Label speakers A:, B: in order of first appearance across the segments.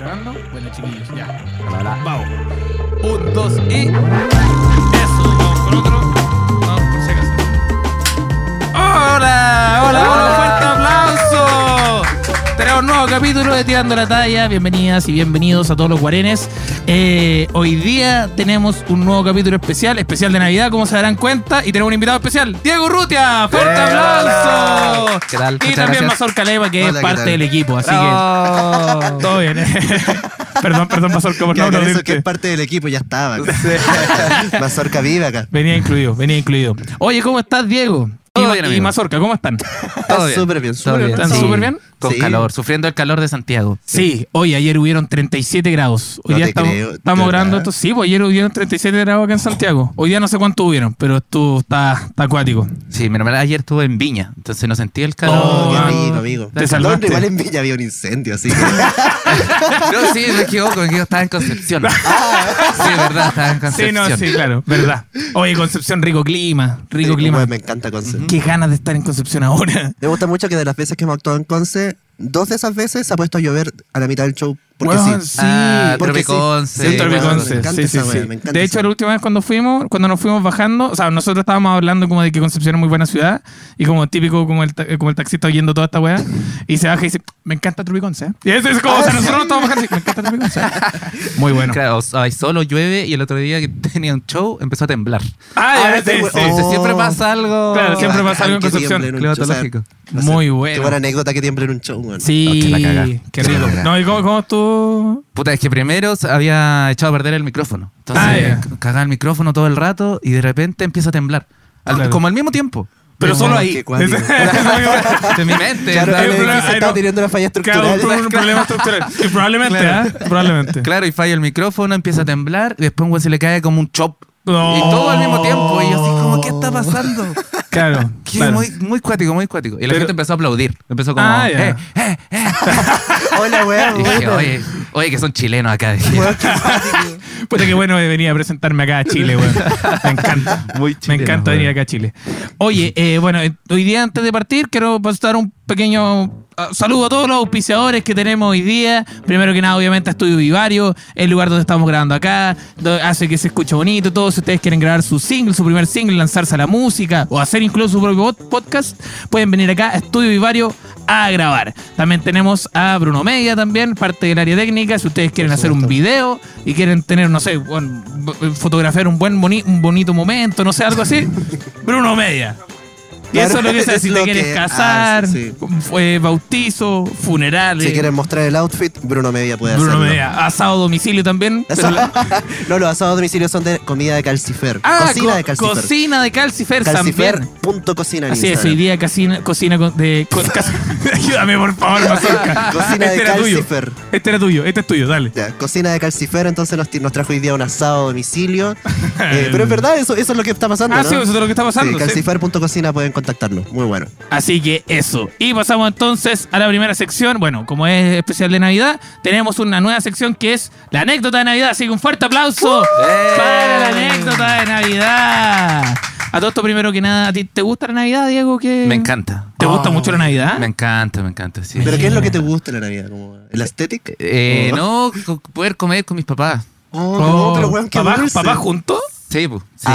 A: ¿Grabando? Bueno, chiquillos, ya.
B: Hola, hola.
A: Vamos. Un, dos y. Eso, vamos con otro. Vamos por si acaso. ¡Hola! ¡Hola! ¡Hola! ¡Fuerte aplauso! Tenemos un nuevo capítulo de Tirando la Talla. Bienvenidas y bienvenidos a todos los guarenes. Eh, hoy día tenemos un nuevo capítulo especial, especial de Navidad, como se darán cuenta. Y tenemos un invitado especial, Diego Rutia. ¡Fuerte
B: Eh,
A: aplauso!
B: hola. ¿Qué tal?
A: Y
B: Muchas
A: también
B: gracias.
A: Mazorca Leva, que
C: Hola,
A: es
C: ¿qué
A: parte
C: tal?
A: del equipo. Así que. Todo bien. perdón, perdón, Mazorca, por
C: Ya,
A: no
C: con eso que
A: aplaudirte.
C: es parte del equipo, ya estaba. Mazorca vive acá.
A: Venía incluido, venía incluido. Oye, ¿cómo estás, Diego?
B: Todo
A: y, Ma-
B: bien,
A: y
B: amigo.
A: Mazorca, ¿cómo están?
B: Todo
C: Está
B: bien.
C: súper bien,
B: Todo
C: súper bien.
A: ¿Están
B: Sí.
A: súper bien?
B: Con
C: Sí.
B: calor, sufriendo el calor de Santiago.
A: Sí, hoy, ayer hubieron 37 grados. Hoy
C: No
A: día
C: te
A: estamos,
C: creo,
A: estamos
C: ¿de
A: grabando
C: verdad?
A: esto. Sí, pues ayer hubieron 37 grados acá en Santiago. Hoy día no sé cuánto hubieron, pero esto está, está acuático.
B: Sí, mi hermana ayer estuvo en Viña, entonces no sentí el calor.
C: Oh,
A: Oh,
C: qué
A: ah,
C: rico, amigo.
A: te
C: No,
A: salvaste.
C: igual en Villa había un incendio, así que.
B: No, sí, me equivoco, me equivoco, estaba en Concepción. Sí, verdad, estaba
A: Ah.
B: en
A: Sí,
B: Concepción.
A: no, sí, claro, verdad. Oye, Concepción, rico clima, rico
C: Sí,
A: clima.
C: bueno, Me encanta Conce.
A: Qué ganas de estar en Concepción ahora.
C: Me gusta mucho que de las veces que hemos actuado en Conce, dos de esas veces se ha puesto a llover a la mitad del show. Porque
A: Weón,
C: sí.
A: sí.
B: Ah,
C: porque
B: Tropic
C: sí.
B: 11.
C: Sí,
A: Centro
C: bueno,
A: Albiconce.
C: me encanta
A: Sí, sí,
C: esa
A: sí.
C: wea, me encanta
A: De
C: esa
A: hecho, la
C: wea.
A: última vez cuando fuimos, cuando nos fuimos bajando, o sea, nosotros estábamos hablando como de que Concepción es muy buena ciudad y como típico, como el, ta- eh, como el taxista oyendo toda esta weá, y se baja y dice, me encanta Trubiconce. ¿eh?". Y eso es como, o sea, nosotros nos estábamos bajando y me encanta Trubiconce. Muy bueno.
B: Claro, o sea, solo llueve y el otro día que tenía un show empezó a temblar.
A: Ah,
C: Ahora
A: ya,
C: te-
A: sí, sí.
C: Oh,
B: Entonces, siempre pasa algo.
A: Claro,
C: Qué
A: siempre
C: bacán
A: pasa algo en
C: que
A: Concepción,
C: tiemblen un show,
B: Climatológico.
C: no sé,
A: Muy
C: Qué
A: bueno.
C: buena anécdota que tiemble en un show, weón.
B: No, te la caga.
A: Sí, qué
B: Te la
A: rico.
B: caga.
A: No, ¿y cómo, cómo estuvo?
B: Puta, es que primero se había echado a perder el micrófono. Entonces,
A: Ah, ya.
B: c- cagaba el micrófono todo el rato y de repente empieza a temblar. Al-
A: Claro.
B: Como al mismo tiempo.
A: Pero
C: No,
A: solo
C: qué
A: ahí.
C: cuático.
B: De mi mente.
C: Claro,
B: ¿sabes?
A: Hay un
C: el
A: problema-
C: edificio
A: hay
C: estaba
A: un-
C: teniendo una falla
A: Claro,
C: estructural.
A: un, pro- un problema estructural. Y probablemente,
B: Claro.
A: ¿eh? Probablemente.
B: Claro, y falla el micrófono, empieza a temblar, y después un güey se le cae como un chop.
A: No.
B: Y todo al mismo tiempo. Y yo así como, ¿qué está pasando?
A: Claro.
B: Qué
A: claro.
B: Muy, muy cuático, muy cuático. Y la
A: Pero-
B: gente empezó a aplaudir. Empezó como,
A: Ah, ya.
B: eh, eh, eh.
C: Hola, weón.
B: Y dije,
C: buena.
B: oye, oye, que son chilenos acá. dije.
C: Weón, qué simpático.
A: Puta que bueno venir a presentarme acá a Chile, weón. Me encanta.
B: Muy chileno,
A: Me encanta venir
B: weón.
A: acá a Chile. Oye, eh, bueno, eh, hoy día antes de partir quiero dar un pequeño ah, saludo a todos los auspiciadores que tenemos hoy día. Primero que nada, obviamente, a Estudio Vivario, el lugar donde estamos grabando acá, do- hace que se escuche bonito. Todos si ustedes quieren grabar su single, su primer single, lanzarse a la música o hacer incluso su propio pod- podcast, pueden venir acá a Estudio Vivario a grabar. También tenemos a Bruno Media también, parte del área técnica. Si ustedes quieren hacer un video y quieren tener, no sé, bueno, b- fotografiar un buen boni- un bonito momento, no sé, algo así, Bruno Media. Y
C: Claro,
A: eso es lo que sea,
C: es
A: si
C: lo
A: te quieres
C: que-
A: casar,
C: ah, sí,
A: eh, bautizo, funerales,
C: Si quieren mostrar el outfit, Bruno Media puede
A: Bruno
C: hacerlo.
A: Media, asado a domicilio también. pero la-
C: no, los asados a domicilio son de comida de calcifer.
A: Ah,
C: cocina
A: co-
C: de calcifer.
A: Cocina de calcifer,
C: calcifer.
A: también.
C: Punto cocina en
A: Así es, hoy
C: Instagram.
A: día cocina, cocina con- de... con- cas- ayúdame, por favor, Mazorca. Este
C: Cocina de
A: era tuyo.
C: calcifer.
A: Este era tuyo, este es tuyo, dale.
C: Ya, cocina de calcifer, entonces nos, ti- nos trajo hoy día un asado a domicilio. Eh, pero es verdad, eso, eso es lo que está pasando.
A: Em. Ah,
C: ¿no?
A: sí, eso es lo que está pasando.
C: Sí,
A: sí.
C: calcifer.cocina pueden contactarnos. Muy bueno.
A: Así que eso. Y pasamos entonces a la primera sección. Bueno, como es especial de Navidad, tenemos una nueva sección que es la anécdota de Navidad. Así que un fuerte aplauso
C: ¡Uh!
B: Eh.
A: para la
C: ¡Eh!
A: anécdota de Navidad. A todo esto, primero que nada, ¿a ti te gusta la Navidad, Diego? ¿Qué?
B: Me encanta.
A: ¿Te gusta mucho la Navidad?
B: Me encanta, me encanta. Sí.
C: Pero ¿qué es lo que te gusta en la Navidad? ¿Como ¿El aesthetic?
B: Eh,
C: ¿O-
B: no, co- poder comer con mis papás.
C: Oh,
A: Oh,
C: no, pero weón, qué
A: ¿Papá,
C: dulce.
A: ¿Papá junto?
B: Sí, pues. Sí.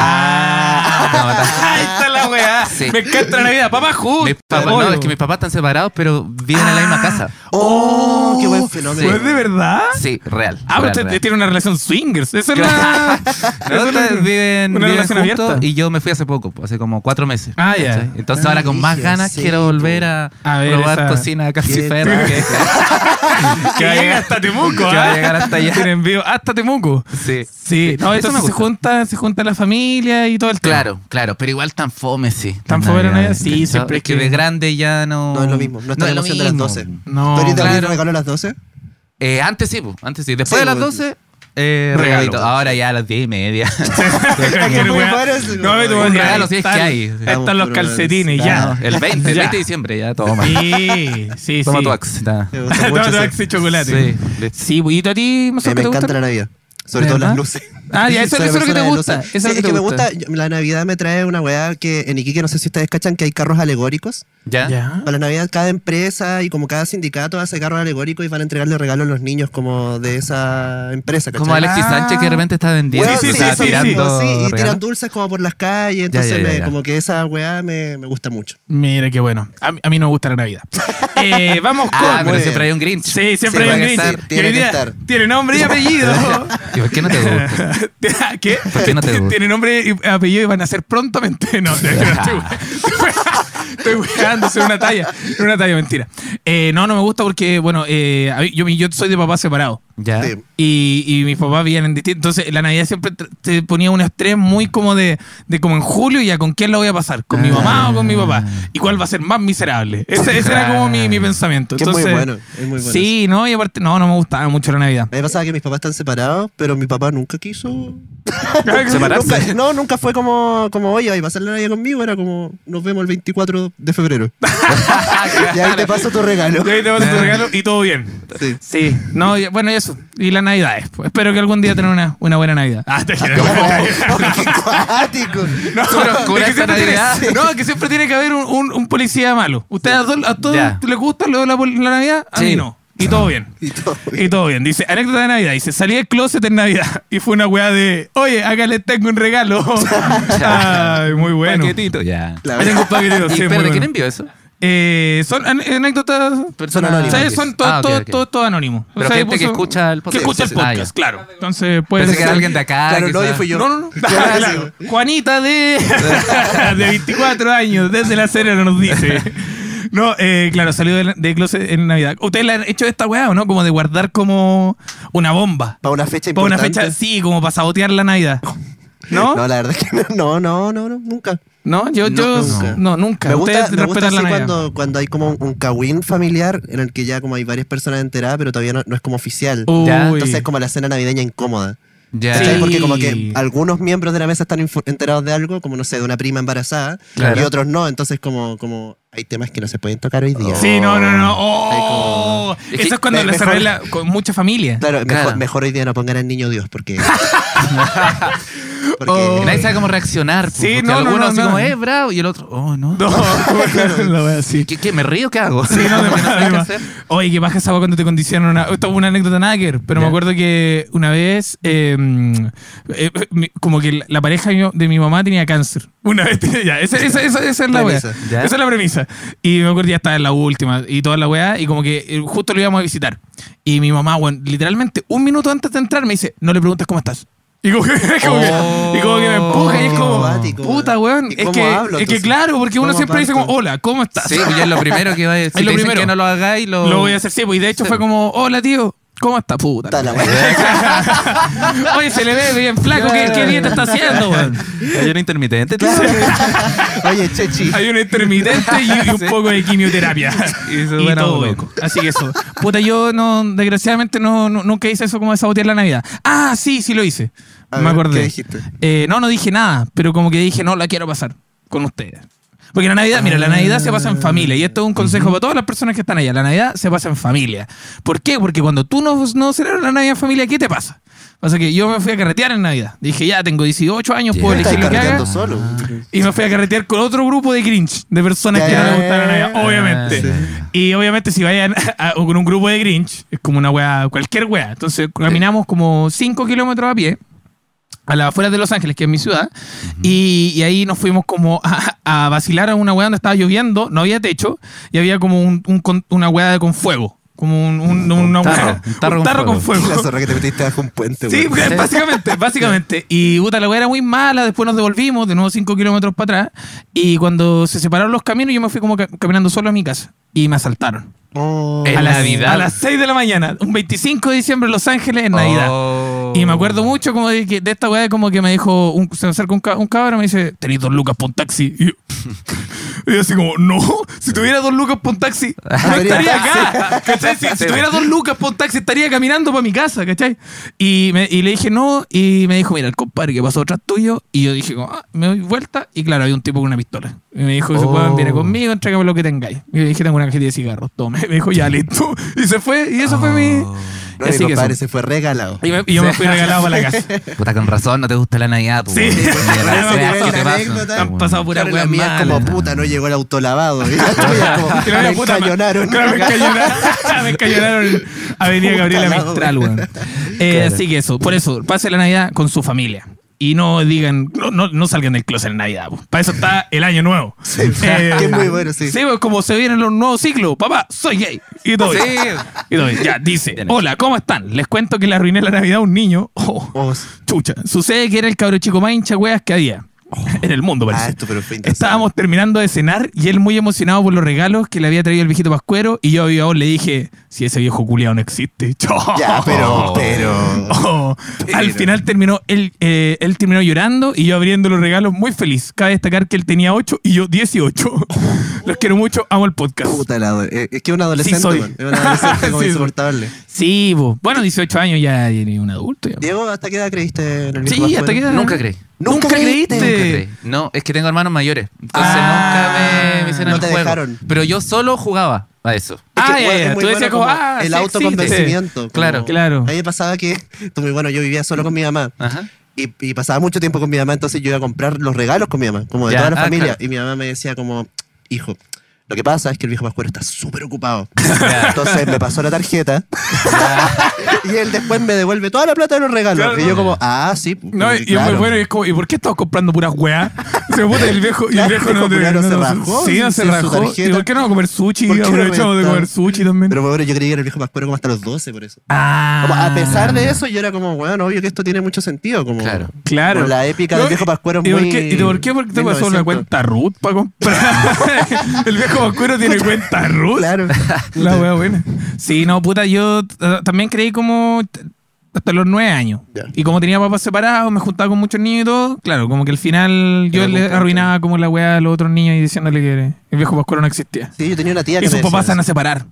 A: Ah, ahí está la weá.
B: Sí.
A: Me encanta la Navidad. Papá junto.
B: Mis papás- no, es que mis papás están separados, pero viven en
A: Ah.
B: la misma casa.
C: Oh, qué buen
B: sí.
C: fenómeno.
A: ¿Pues de verdad?
B: Sí, real.
A: Ah, pero
B: real,
A: usted
B: real.
A: tiene una relación swingers. Esa es
B: Claro.
A: la...
B: No,
A: Eso es lo que-
B: ustedes viven,
A: una
B: viven
A: relación
B: juntos
A: abierta.
B: y yo me fui hace poco, pues, hace como cuatro meses.
A: Ah, ya.
B: ¿cachai? Entonces
C: Ah,
B: ahora con más
C: brígido,
B: ganas
C: sí,
B: quiero volver a,
A: A ver,
B: probar
A: esa-
B: cocina calcifera.
C: Qué-
B: Que,
A: Que va a llegar hasta Temuco, ¿ah?
B: Que va a llegar hasta allá.
A: Tienen vivo hasta Temuco.
B: sí.
A: Sí, no,
B: Eso me
A: entonces se
B: gusta.
A: junta, se junta la familia y todo el tema.
B: Claro, claro, pero igual tan fome, sí.
A: Tan
B: Las
A: fome era
B: navidades,
A: Navidad, sí,
B: ¿cachai?
A: siempre
B: Es que
A: que-
B: de grande ya no.
C: No es lo mismo. No está
B: es
C: la
B: lo
C: emoción de las
B: mismo.
C: 12.
A: No,
C: ¿Tú ahorita
B: claro.
C: claro. regalo a las 12?
B: Eh, antes sí, pues, antes sí. Después
C: Sí,
B: de las
C: pues.
B: 12, eh,
A: Regalo. pues.
B: regalito. Ahora ya a las 10 y media.
A: Cualquier
C: Es muy
A: weá.
C: bueno eso,
A: No,
C: weón.
A: tú vas a
B: Un
A: decir,
B: regalo,
A: ahí
B: si es que
A: están-
B: hay.
A: ahí
C: Vamos,
A: Están los
C: pero-
A: calcetines,
B: Ya,
A: ya.
B: el 20, el
A: Ya.
B: 20 de diciembre, ya toma.
A: Sí, sí,
B: Toma
A: sí.
B: tu axe. ta.
C: Me gusta
A: Toma
C: mucho
A: tu
C: ese.
A: axe y chocolate.
B: Sí, listo.
A: Sí, pues, y tú a ti,
C: Eh,
A: Mazorca,
C: me
A: te gusta?
C: encanta la Navidad. Sobre
A: ¿De
C: todo las
A: verdad?
C: luces.
A: Ah, ya, eso,
C: Soy
A: eso es lo que
C: una
A: te
C: persona
A: gusta.
C: de luz.
A: Eso
C: Sí,
A: es lo que te
C: me
A: gusta.
C: gusta. yo- La Navidad me trae una weá que en Iquique no sé si ustedes cachan que hay carros alegóricos.
B: ¿Ya?
A: Ya.
C: Para la Navidad cada empresa y como cada sindicato hace carros alegóricos y van a entregarle regalos a los niños como de esa empresa. ¿cachai?
B: Como Alexis
A: Ah.
B: Sánchez que de repente está vendiendo.
C: Weón,
A: sí,
B: o
A: sí,
B: sea,
A: sí, sí.
B: tirando
C: sí, y
B: regalos.
C: tiran dulces como por las calles,
B: Ya,
C: entonces
B: ya, ya,
C: me-
B: ya.
C: como que esa weá me, me gusta mucho.
A: Mira qué bueno. A, mí- a mí no me gusta la Navidad. Eh, vamos con.
B: Ah, pero
C: Muy
B: siempre
C: bien.
B: hay un Grinch.
A: Sí, siempre hay
C: Sí,
A: un
C: tiene que
A: Grinch.
C: estar,
A: Y
C: tiene
A: hoy
C: que
A: día
C: estar.
A: Tiene nombre y apellido.
B: ¿Y por qué no te gusta?
A: ¿Qué?
B: ¿Por qué no te gusta?
A: Tiene nombre y apellido y van a ser prontamente. No, te- te- estoy buscando, es una talla. Es una talla, mentira. Eh, no, no me gusta porque, bueno, eh, a mí- yo, yo soy de papá separado.
B: ¿Ya?
C: Sí.
A: Y, y mis papás vivían en distinto. Entonces, la Navidad siempre te- te ponía un estrés muy como de, de como en julio, ya con quién la voy a pasar, con mi mamá o con mi papá. ¿Y cuál va a ser más miserable? Ese, ese era como mi, mi pensamiento.
C: Que es muy
A: Entonces,
C: bueno, es muy bueno
A: Sí, no, y aparte, no, no me gustaba mucho la Navidad.
C: A mí me pasaba que mis papás están separados, pero mi papá nunca quiso.
B: ¿Separarse?
C: Nunca- no, nunca fue como, como oye, va a pasar la Navidad conmigo. Era como, nos vemos el 24 de febrero. y ahí te paso tu regalo.
A: Y ahí te vas a tu regalo y todo bien.
C: Sí.
A: Sí, no, y- bueno, y eso. Y las navidades. pues. Espero que algún día tener una, una buena Navidad. Ah, te
C: Oh, ¡Qué cuático!
A: No,
B: Súper oscura
A: es que siempre
B: esta
A: tiene-
B: Navidad.
A: no, es que siempre tiene que haber un, un- un policía malo. Ustedes a todos, a todos
B: Ya.
A: les gusta lo de la, pol- la Navidad, a
B: Sí.
A: mí no. Y todo bien.
C: Y todo.
A: Y todo bien. Dice, anécdota de Navidad. Dice, salí del closet en Navidad. Y fue una weá de, oye, acá les tengo un regalo. Ay, muy bueno.
B: Paquetito, ya.
C: La
A: Ahí tengo
C: verdad.
A: un paquetito, sí,
B: ¿Y
A: muy
B: pero de quién
A: bueno.
B: envió eso?
A: Eh, son an- anécdotas.
B: Personas
C: anónimas.
A: ¿sabes?
B: anónimas.
A: Son todo,
B: Ah, ok,
A: todo,
B: ok.
A: todo, todo anónimo.
B: Pero gente que escucha el
A: Que
B: podcast.
A: escucha el
B: Ah, ya.
A: podcast, claro. Entonces puede
B: Pensé que
A: ser.
B: era alguien de acá.
C: Claro,
B: quizá.
C: no, yo fui yo.
A: No, no, no.
C: Claro,
A: Claro. Juanita de, de 24 años, desde la cera nos dice. No, eh, claro, salió de, de closet en Navidad. ¿Ustedes le han hecho esta weá o no? Como de guardar como una bomba.
C: Para una fecha
A: Para
C: importante.
A: una fecha, sí, como para sabotear la Navidad. ¿No?
C: No, la verdad es que no, no, no, no, nunca.
A: No, yo, yo, no,
C: No, nunca.
A: nunca.
C: Me gusta,
A: Ustedes
C: me gusta
A: respetan
C: así
A: la Navidad.
C: cuando, cuando hay como un, un cagüín familiar en el que ya como hay varias personas enteradas, pero todavía no, no es como oficial.
A: Uy.
B: Ya,
C: Entonces es como la cena navideña incómoda.
B: Ya.
C: ¿Cachai?
A: Sí.
C: Porque como que algunos miembros de la mesa están info- enterados de algo, como no sé, de una prima embarazada,
B: Claro.
C: y otros no. Entonces como, como hay temas que no se pueden tocar hoy día.
A: Sí, no, no, no. Oh,
B: Es que-
A: eso es cuando
C: me-
A: la
C: mejor-
A: arregla con mucha familia.
C: Claro, mejor,
B: Claro.
C: mejor hoy día no pongan al niño Dios porque... porque
A: Oh.
B: Y nadie sabe cómo reaccionar. pues,
A: Sí,
B: porque
A: no, no,
B: algunos
A: no,
B: así
A: no.
B: como, eh, bravo. Y el otro, oh, no.
A: No, la wea así.
B: ¿Qué, qué, me río? ¿Qué hago?
A: Sí, no, de
B: Porque
A: más,
B: sé
A: de
B: qué
A: más.
B: hacer.
A: Oye, que baja esa agua cuando te condicionan una. Esto es una anécdota nada que ver, pero me
B: Ya.
A: acuerdo que una vez, eh, eh, mi- como que la- la pareja de mi- de mi mamá tenía cáncer. Una vez, tenía- ya, esa, esa- esa- esa es la weá.
C: Premisa.
A: Esa
B: Ya.
A: es la premisa. Y me acuerdo ya estaba en la última y toda la weá, y como que eh, justo lo íbamos a visitar. Y mi mamá, bueno, literalmente un minuto antes de entrar me dice: No le preguntes cómo estás. Y como que, como que-
B: Oh.
A: y como que me empuja y es
C: Qué
A: como,
C: dramático,
A: puta,
C: weón.
A: weón.
C: ¿Y
A: Es
C: cómo
A: que,
C: hablo,
A: es que
C: entonces?
A: claro, porque uno
C: ¿Cómo
A: siempre dice como,
C: parto?
A: hola, ¿cómo estás?
B: Sí, pues ya es lo primero que va a decir.
A: lo
B: te dicen
A: primero.
B: que no lo hagáis, lo...
A: Lo voy a hacer sí, pues, y de hecho fue como, hola tío, ¿cómo está puta?
C: Está la weá.
A: Oye, se le ve bien flaco, ¿qué, qué dieta está haciendo, weón?
B: Ayuno intermitente. tío.
C: Oye, Chechi.
A: Hay un intermitente y, y un poco de quimioterapia.
B: Y eso,
A: Y
B: bueno,
A: todo
B: bueno.
A: beco. Así que eso. Puta, yo no, desgraciadamente no, no- nunca hice eso como de sabotear la Navidad. Ah, sí, sí lo hice.
C: A
A: me
C: ver,
A: acordé.
C: ¿qué dijiste?
A: Eh, no, no dije nada, pero como que dije, no, la quiero pasar con ustedes. Porque la Navidad, mira, la Navidad se pasa en familia. Y esto es un consejo para todas las personas que están allá. La Navidad se pasa en familia. ¿Por qué? Porque cuando tú no, no celebras la Navidad en familia, ¿qué te pasa? Pasa que yo me fui a carretear en Navidad. Dije, ya tengo 18 años, puedo
B: Ya.
A: elegir
C: Estás
A: lo que haga. Ah,
C: carreteando solo.
A: Y me fui a carretear con otro grupo de cringe, de personas
C: Ya,
A: que no
C: ya,
A: le
C: ya,
A: gustaron a ella,
C: ya,
B: Ah,
A: obviamente.
C: ya,
A: Y obviamente si vayan a- o con un grupo de cringe, es como una wea, cualquier wea. Entonces caminamos como 5 kilómetros a pie. A las afueras de Los Ángeles, que es mi ciudad, y, y ahí nos fuimos como a, a vacilar a una weá donde estaba lloviendo, no había techo, y había como un, un con- una weá de- con fuego, como un, un- una
B: tarro,
A: weá-
B: un tarro con
A: con
B: fuego.
A: fuego.
C: La zorra que te metiste bajo un puente,
A: Sí,
C: weón.
A: porque básicamente, básicamente. Y puta, la weá era muy mala, después nos devolvimos, de nuevo 5 kilómetros para atrás. Y cuando se separaron los caminos, yo me fui como ca- caminando solo a mi casa. Y me asaltaron.
C: Oh.
B: En
A: a, las,
B: Navidad.
A: a las 6 de la mañana, un 25 de diciembre en Los Ángeles, en Navidad.
B: Oh.
A: Y me acuerdo mucho como de, que, de esta weá, como que me dijo, un, se me acerca un, ca- un cabrón y me dice, tenéis dos lucas por un taxi. Y yo, y yo así como, no, si tuviera dos lucas por un taxi, no
C: Habría
A: estaría acá. ¿cachai? Si, si tuviera dos lucas por un taxi, estaría caminando para mi casa, ¿cachai? Y, me- y le dije no, y me dijo, mira, el compadre que pasó atrás tuyo. Y yo dije, como, ah, me doy vuelta. Y claro, había un tipo con una pistola. Y me dijo, se
B: Oh.
A: pueden viene conmigo, entrégame
B: Oh.
A: lo que tengáis. Y le dije, tengo una cajita de cigarros, tome. Me dijo, ya, listo. Y se fue, y eso fue mi...
C: No, mi
A: Así que
C: compadre
A: eso.
C: se fue regalado.
A: Y, me- y yo me fui regalado para la casa.
B: Puta, con razón, no te gusta la Navidad, tú.
A: Sí.
B: weón. Mierda,
A: Ese
B: weón,
A: nivel
B: ¿qué
A: de
B: te pasa?
C: anécdota.
A: Han
B: Weón.
A: pasado puras
C: Pura
A: weas
C: la mía es
A: malas.
C: como puta, no llegó el autolavado. Y la tuya es como,
A: Claro,
C: me
A: la puta ma-
C: encañonaron.
A: Claro, me encañonaron. me encañonaron Avenida Gabriela
C: Puta la
A: Mistral, weón. Eh, Así que eso, por eso, pase la Navidad con su familia. Y no digan, no, no, no salgan del closet en Navidad. po. Para eso está el año nuevo. Eh,
C: que es muy bueno, sí.
A: pues, como se viene los nuevos ciclos. Papá, soy gay. Y doy.
B: Sí.
A: Y doy. Ya, dice. Hola, ¿cómo están? Les cuento que le arruiné la Navidad a un niño. Oh,
C: Vos.
A: chucha. Sucede que era el cabro chico más hincha weas que había. En el mundo, parece.
C: Ah, esto pero fue interesante.
A: Estábamos terminando de cenar y él muy emocionado por los regalos que le había traído el viejito Pascuero y yo a viva voz le dije, si ese viejo culiao no existe. Chao.
C: Ya, pero, pero.
A: Oh. Al final terminó él, eh, él terminó llorando y yo abriendo los regalos muy feliz. Cabe destacar que él tenía 8 y yo 18. los quiero mucho, amo el podcast.
C: Puta la adole- eh, Es que un adolescente,
A: Sí, soy.
C: man. Es un adolescente como
A: Sí.
C: insoportable.
A: Sí, po. bueno, 18 años ya eres un adulto. ya.
C: Diego, ¿hasta qué edad creíste en el
A: Sí,
C: Nicolás
A: hasta
C: Cuero?
A: que
B: Nunca creí.
A: Nunca creíste.
B: Nunca creí. No, es que tengo hermanos mayores. Entonces
A: Ah.
B: nunca me, me hicieron
C: No
B: el
C: te
B: juego.
C: dejaron.
B: Pero yo solo jugaba a eso.
C: Es que,
A: Ah, ya,
C: bueno,
A: ya,
C: es
A: tú
C: muy
A: decías
C: bueno
A: como,
C: como
A: ah,
C: el
A: sí existe.
C: autoconvencimiento. como-
B: Claro,
A: claro.
C: A mí me pasaba que, muy bueno, yo vivía solo con mi mamá.
B: Ajá.
C: Y, y pasaba mucho tiempo con mi mamá, entonces yo iba a comprar los regalos con mi mamá, como de
B: Ya,
C: toda la
B: ah,
C: familia.
B: claro.
C: Y mi mamá me decía como, hijo, lo que pasa es que el viejo Pascuero está súper ocupado.
B: Ya.
C: entonces me pasó la tarjeta y él después me devuelve toda la plata de los regalos.
A: Claro.
C: y yo como, ah, sí.
A: No, y
C: claro.
A: es muy bueno, y es como, ¿y por qué estabas comprando puras weas? Se me puta y el viejo, y el
C: Claro,
A: viejo no,
C: el
A: te-
C: viejo
A: no,
C: culero se
A: no-
C: rajó,
A: Sí, no se
C: sin su
A: rajó. ¿Y
C: tarjeta.
A: por qué no vamos a comer sushi?
C: ¿Por qué no
A: Aprovechamos de
C: reventamos?
A: comer sushi también.
C: Pero bueno, yo creí que era el viejo Pascuero como hasta los 12 por eso.
A: ah,
C: Como, a pesar de eso, yo era como, bueno, obvio que esto tiene mucho sentido. Como,
B: Claro.
A: Claro.
C: Como la épica del
A: No,
C: viejo Pascuero es
A: ¿Y por
C: muy
A: qué, ¿Y por qué por qué te pasó una
C: 1900.
A: cuenta Ruth para comprar? el viejo Pascuero tiene cuenta Ruth.
C: Claro.
A: La wea buena. Sí, no, puta, yo t- también creí como t- hasta los nueve años.
C: Ya.
A: Y como tenía papás separados, me juntaba con muchos niños y todo, claro, como que al final yo
C: Era
A: le
C: completo.
A: arruinaba como la wea a los otros niños y diciéndole que el viejo Pascuero no existía.
C: Sí, yo tenía una tía que
A: Y sus
C: me decía
A: papás se van a
C: eso.
A: separar.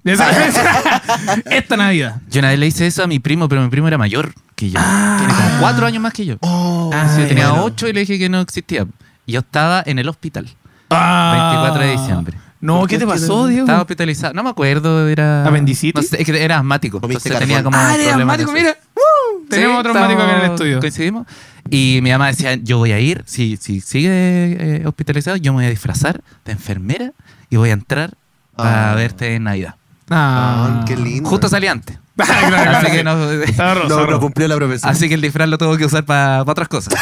A: Esta Navidad.
B: Yo una vez le hice eso a mi primo, pero mi primo era mayor que yo. Tiene como cuatro años más que yo.
C: Oh,
A: Ah,
B: Yo tenía
C: bueno.
B: ocho y le dije que no existía. Y yo estaba en el hospital.
A: Ah.
B: 24 de diciembre.
A: No,
C: ¿Por
A: Oh, ¿qué
C: qué
A: te
C: es que
A: pasó,
C: te-
A: Diego?
B: Estaba hospitalizado. No me acuerdo, era.
A: ¿Apendicitis?
B: No sé, es que era asmático.
C: Comiste
B: Entonces tenía
C: carbón.
B: como.
A: ah, eres
B: problemas
A: asmático,
B: de-
A: mira. ¡Uh! Tenemos
B: Sí,
A: otro asmático acá en el
B: estamos-
A: estudio.
B: Coincidimos. Y mi mamá decía, yo voy a ir, si, si sigue eh, hospitalizado, yo me voy a disfrazar de enfermera y voy a entrar
C: Ah.
B: a verte en Navidad.
C: Ah, qué lindo.
B: Justo salí antes.
A: Claro, claro,
B: así, que
A: claro.
B: no-
A: Zarro,
C: No,
A: zarro.
C: no cumplió la promesa.
B: así que el disfraz lo tengo que usar para otras cosas.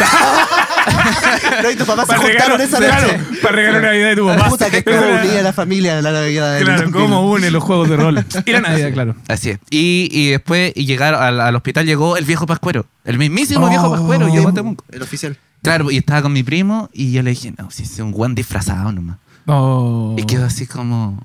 C: No, y tus papás se
A: Para regalar,
C: juntaron esa noche.
A: claro, para regalar Navidad de tu papá.
C: Puta, que como unía la familia la Navidad. del
A: Claro,
C: 2000.
A: cómo une los juegos de rol. Y la Navidad, claro.
B: Así es. Y, y después y llegar al, al hospital llegó el viejo Pascuero. El mismísimo
A: Oh.
B: viejo Pascuero.
A: Oh.
B: Llegó a Temuco.
C: El oficial.
B: Claro, y estaba con mi primo y yo le dije, no, si es un guan disfrazado nomás.
A: No.
B: Y quedó así como...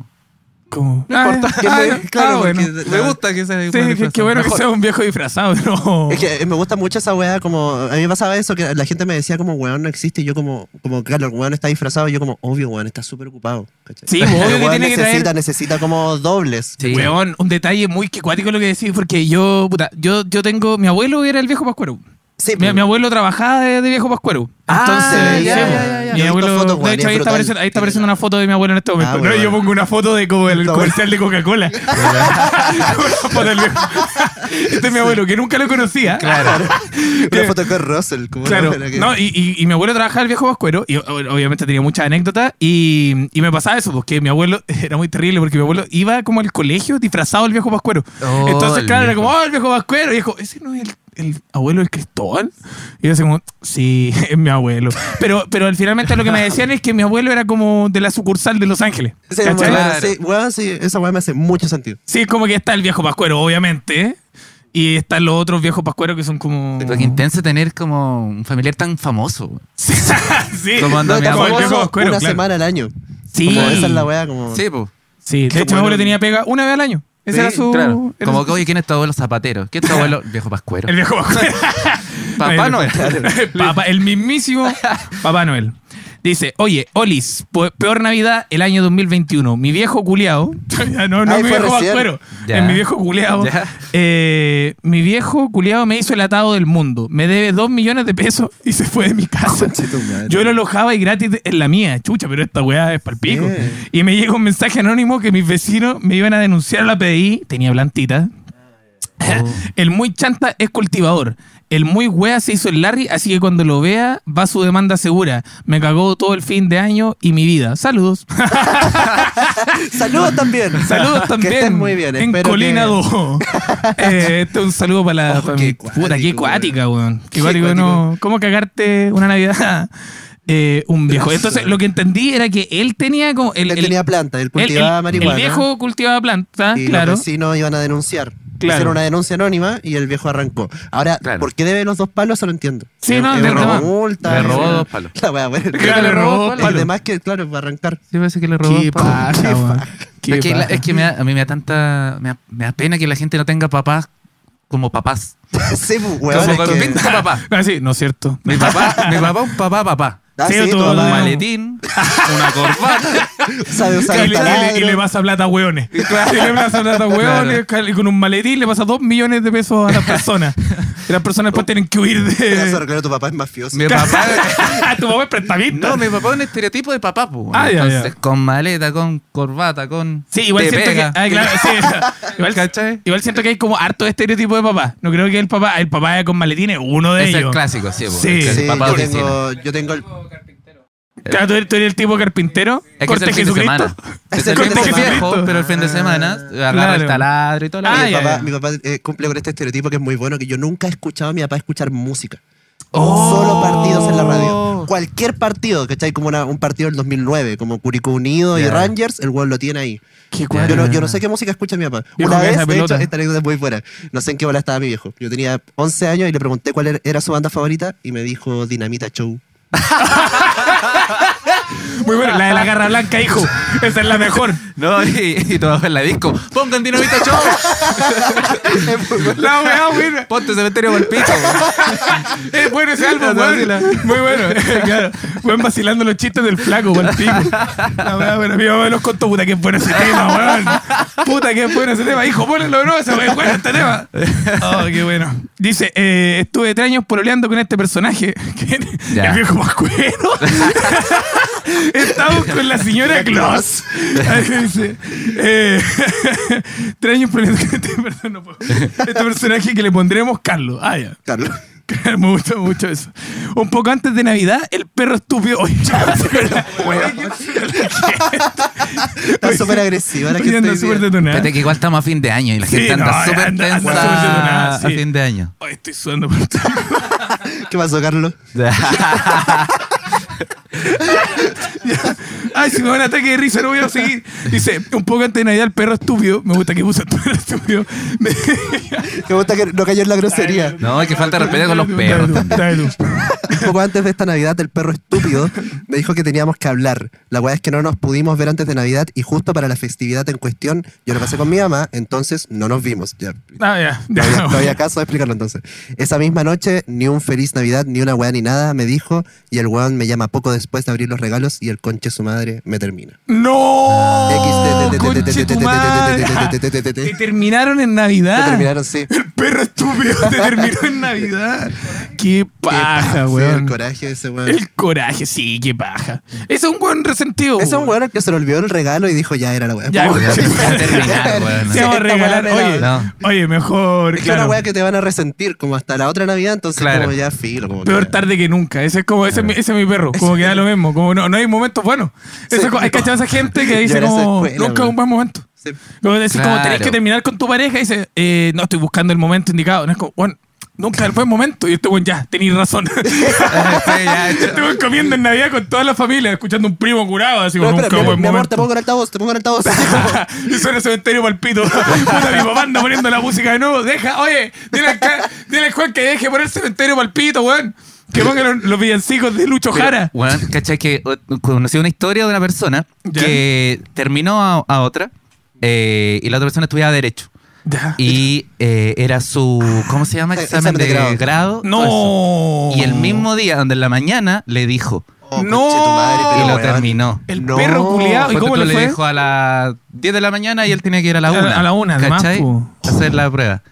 A: ¿Cómo? Ah,
C: importa.
A: ya,
C: Que
A: ah,
C: me- claro,
A: ah, bueno.
C: porque- Me gusta
B: que sea
A: Sí, que- qué bueno que sea un viejo disfrazado, no.
C: Es que eh, me gusta mucho esa weá, como... A mí me pasaba eso, que la gente me decía como, weón, no existe. Y yo como, como claro, el weón está disfrazado. Y yo como, obvio, weón, está súper ocupado. ¿cachai?
A: Sí, pues, obvio
C: El
A: que
C: weón
A: tiene que
C: necesita,
A: traer-
C: Necesita como dobles.
B: Sí.
A: Weón, un detalle muy que cuático lo que decís, porque yo, puta, yo, yo tengo. Mi abuelo era el viejo Pascuero.
C: Sí,
A: Mi,
C: pues.
A: mi abuelo trabajaba de, de viejo Pascuero.
C: Ah,
A: Entonces, sí,
C: ya, ya,
A: po.
C: ya, ya.
A: mi
C: Yo he visto
A: abuelo.
C: fotos,
A: de hecho,
C: weón, es
A: ahí está,
C: brutal.
A: apareciendo, ahí está apareciendo una foto de mi abuelo en este momento.
C: Ah,
A: No,
C: bueno.
A: yo pongo una foto de como el
C: Tu abuelo.
A: comercial de Coca-Cola. Una foto del viejo. este es mi abuelo, que nunca lo conocía.
C: Claro. Una foto con Russell. Como
A: Claro,
C: una- que-
A: no, y, y- y mi abuelo trabajaba el viejo Pascuero, y o- obviamente tenía muchas anécdotas, y, y me pasaba eso, porque mi abuelo era muy terrible, porque mi abuelo iba como al colegio disfrazado el viejo Pascuero.
B: Oh,
A: Entonces,
B: el
A: claro, era
B: viejo.
A: como, oh, el viejo Pascuero, y dijo, ¿ese no es el, el abuelo del Cristóbal? Y yo así como, sí, es mi abuelo. Pero, pero al finalmente lo que me decían es que mi abuelo era como de la sucursal de Los Ángeles.
C: Sí,
A: ¿cachai?
C: bueno,
B: Claro.
C: sí, weón, sí, esa weá me hace mucho sentido.
A: Sí, como que está el viejo Pascuero, obviamente, ¿eh? y están los otros viejos Pascueros que son como...
B: Pero qué intenso tener como un familiar tan famoso. weón.
A: Sí, sí.
B: Como anda mi
C: tan
B: abuelo.
A: el viejo
C: famoso,
A: Pascuero,
C: una
A: claro.
C: semana al año.
A: Sí.
C: Como esa es la weá, como...
B: Sí, pues.
A: Sí, de
C: Qué
A: hecho mi abuelo
C: bueno.
A: tenía pega una vez al año. Ese
C: Sí,
A: era su.
B: Claro.
A: era
B: Como
A: su-
B: que, oye, ¿quién es tu abuelo zapatero? ¿Quién es tu abuelo viejo pascuero?
A: El viejo Pascuero.
B: Papá Noel.
A: Papá, el mismísimo Papá Noel. Dice, oye, Olis, pe- peor Navidad el año 2021. Mi viejo culeado. no, no,
C: Ay,
A: mi
C: fue
A: viejo
C: recién.
A: Pascuero.
B: Ya.
A: Es mi viejo culeado.
B: Ya.
A: Eh, mi viejo culeado me hizo el atado del mundo. Me debe dos millones de pesos y se fue de mi casa.
C: Conche tu madre.
A: Yo lo alojaba y gratis en la mía. Chucha, pero esta weá es palpico.
C: Bien.
A: Y me llega un mensaje anónimo que mis vecinos me iban a denunciar a la PDI. Tenía plantita. El muy chanta es cultivador. El muy wea se hizo el Larry, así que cuando lo vea, va su demanda segura. Me cagó todo el fin de año y mi vida. Saludos.
C: Saludos también.
A: Saludos también.
C: Que estén muy bien.
A: En
C: espero
A: Colina
C: que-
A: 2. Eh, este es un saludo para la.
C: Ojo,
A: para
C: qué
A: mi- puta, qué
C: cuático, weón.
A: cuática, weón. Qué
C: Qué
A: cuático, no. ¿Cómo cagarte una Navidad? Eh, un viejo. Entonces, lo que entendí era que él tenía como. El,
C: Él
A: el-
C: tenía planta, él
A: el- el-
C: cultivaba
A: el
C: marihuana.
A: viejo cultivaba planta,
C: y
A: claro.
C: los vecinos iban a denunciar.
A: Claro.
C: Hicieron una denuncia anónima y el viejo arrancó. Ahora,
B: Claro.
C: ¿por qué debe los dos palos? Se lo entiendo.
A: Sí,
C: Le-
A: no,
C: le
A: del
C: robó
A: tema.
C: multa.
B: Le
C: le-
B: robó dos palos.
C: La wea, bueno.
A: Creo que le robó dos
C: El
A: palos.
C: demás que, claro, va a arrancar.
B: Sí, parece que le robó.
A: Qué
B: papá.
A: paja,
C: Qué
A: weón.
C: paja.
A: Qué
B: es que, la-
A: paja.
B: es que me da- a mí me da tanta. Me da, me da pena que la gente no tenga papás como papás.
C: sí, pues, weón,
B: Como
C: es
B: con
C: que-
B: pinta de papá.
A: Ah, sí, no es cierto.
B: Mi papá, mi papá, un papá, papá.
C: Ah,
A: Sí,
C: sí,
A: tú-
C: tu
B: Un
A: Ah.
C: mamá
B: maletín, una corbata.
C: sabe
A: Y le,
C: usar
A: y
C: el
A: le-
C: taladro.
A: y le pasa plata a hueones. Y le pasa plata a hueones. Y con un maletín le pasa dos millones de pesos a las personas. Y las personas después tienen que huir
C: Ya se
A: de.
C: arregló, tu papá es mafioso.
B: Mi papá.
A: Ah, tu papá es prestamista.
B: No, mi papá es un estereotipo de papá, pues.
A: Ah, ya,
B: Entonces,
A: ya.
B: con maleta, con corbata, con.
A: Sí, igual
B: te
A: siento
B: pega.
A: que. ah, claro, sí. igual,
B: ¿Cachai?
A: igual siento que hay como harto estereotipo de papá. No creo que el papá, el papá con maletines, uno de
B: Ese es el
A: ellos.
B: clásico, sí, pues.
A: Sí.
B: el que el
C: Sí,
B: papá
C: yo
B: de oficina.
C: tengo, yo tengo el.
A: Claro, tú eres, tú eres el tipo carpintero.
B: Es que es
A: corte
B: el fin de
A: Jesucristo.
B: semana.
C: Es
B: Es
C: el
B: el
C: corte
B: viejo,
A: Jesucristo.
B: viejo, pero el fin de semana agarra
A: Claro.
B: el taladro y todo lo
A: Ah,
B: que-
C: mi
A: ya,
C: papá,
A: ya.
C: mi papá, eh, cumple con este estereotipo que es muy bueno, que yo nunca he escuchado a mi papá escuchar música.
A: Oh.
C: Solo partidos en la radio. Cualquier partido, ¿cachai? Como una- un partido del 2009, como Curicó Unido y
B: Ya.
C: Rangers, el weón lo tiene ahí.
A: cuático.
C: Yo no, yo no sé qué música escucha mi papá.
A: Viejo
C: Una
A: que
C: vez,
A: esa
C: de hecho,
A: pelota.
C: esta anécdota es muy buena. No sé en qué bola estaba mi viejo. Yo tenía 11 años y le pregunté cuál era- era su banda favorita y me dijo Dinamita Show.
A: Muy bueno, la de la garra blanca, hijo. Esa es la mejor.
B: No, y, y todo en la disco. Pongan dinamita show.
A: La weá, buena.
B: Ponte cementerio por el pico.
A: Es Eh, bueno ese álbum, weón. Muy bueno. claro. Weón vacilando los chistes del flaco, weón. Pico. La weá, bueno, mi mamá nos contó, puta, que bueno ese tema, weón. Puta, que bueno ese tema. Hijo, ponelo de nuevo, ese weón. Bueno este tema. Oh, qué bueno. Dice, eh, estuve tres años pololeando con este personaje. que-
B: Ya.
A: El viejo mascuero. Estamos con la señora Claus. Ahí dice, eh, tres años pololeando con este personaje. no puedo. Este personaje que le pondremos Carlos. Ah, ya.
C: Carlos.
A: Me gusta mucho eso. Un poco antes de Navidad, el perro estúpido. Oye,
C: Está súper agresiva la que
A: anda
C: estoy
A: súper
C: viendo.
A: detonada.
B: Espérate que igual estamos a fin de año y la
A: Sí,
B: gente
A: no,
B: anda
A: anda-
B: súper
A: anda súper
B: tensa
A: detonada,
B: a
A: sí.
B: fin de año.
A: Ay, estoy sudando por todo.
C: ¿Qué pasó, Carlos?
A: Ay, si me da un ataque de risa, no voy a seguir. Dice, un poco antes de Navidad, el perro estúpido. Me gusta que puso el perro estúpido. Me-
C: Me gusta que no cayó en la grosería.
B: No, es que falta de respeto con los perros.
A: Dale tú, dale tú.
C: Un poco antes de esta Navidad, el perro estúpido me dijo que teníamos que hablar. La weá es que no nos pudimos ver antes de Navidad y justo para la festividad en cuestión, yo lo pasé con mi mamá, entonces no nos vimos. Ya.
A: Ah, ya.
C: No
A: ya.
C: había, no había caso de explicarlo entonces. Esa misma noche, ni un feliz Navidad, ni una weá ni nada, me dijo, y el weón me llama poco después de abrir los regalos y el conche su madre me termina.
A: No.
C: XD.
A: Conche tu madre. Te terminaron en Navidad.
C: Me terminaron, sí.
A: El perro estúpido te terminó en Navidad. Qué
C: Qué
A: paja,
C: pa- sí, El
A: weón.
C: coraje de ese weón.
A: El coraje, sí, qué paja. Ese es un buen resentido.
C: Ese es un weón al que se le olvidó el regalo y dijo, ya era la weá.
A: Ya,
C: Puta,
A: weón.
B: a terminar, weón.
A: Se va a
C: Esta
A: regalar.
C: weá me la-
A: Oye,
B: No.
A: oye, mejor.
C: Es que una
A: Claro.
C: weá que te van a resentir como hasta la otra Navidad, entonces
B: Claro.
C: como ya filo. Como
A: Peor
C: que-
A: tarde que nunca. Ese es como, ese, es mi, ese es mi perro. Como que da lo mismo. Como no, no hay momentos buenos. Eso
C: Sí.
A: es como- hay cachado esa gente que dice
C: Llorar esa
A: como
C: escuela,
A: nunca es un
C: weón.
A: buen momento.
C: Sí.
A: Como decir, como tenés
B: Claro.
A: que terminar con tu pareja y dices, eh, no, estoy buscando el momento indicado. No es como, bueno, nunca es el buen momento. Y este weón ya, tenéis razón.
B: Sí, ya, hecho.
A: Estuve Este comiendo en Navidad con toda la familia, escuchando un primo curado, así
C: No,
A: como
C: espera,
A: nunca
C: mi,
A: buen
C: mi amor,
A: momento.
C: te pongo en altavoz, te pongo en altavoz. Así como-
A: y suena cementerio palpito. Puta, mi papá anda poniendo la música de nuevo. Deja, oye, dile al, ca- dile al Juan que deje poner cementerio palpito, weón. Que pongan los, los villancicos de Lucho Jara.
B: Bueno, ¿cachai? Que eh, conocí una historia de una persona
A: Ya.
B: que terminó a, a otra eh, y la otra persona estudiaba Derecho.
A: Ya.
B: Y eh, era su, ¿cómo se llama?
C: Eh,
B: Examen, de, grado. todo
A: no.
B: eso. Y el mismo día, donde en la mañana, le dijo
C: Oh,
A: No.
C: conche tu madre, pero
B: y lo
C: weón.
B: terminó.
A: El
C: No.
A: perro culiado. ¿Y
B: Ponte
A: cómo
B: tú,
A: le fue?
B: dijo a las 10 de la mañana y él tenía que ir a la
A: A la-
B: 1.
A: a la una, además,
B: ¿Cachai?
A: po.
B: Hacer la prueba.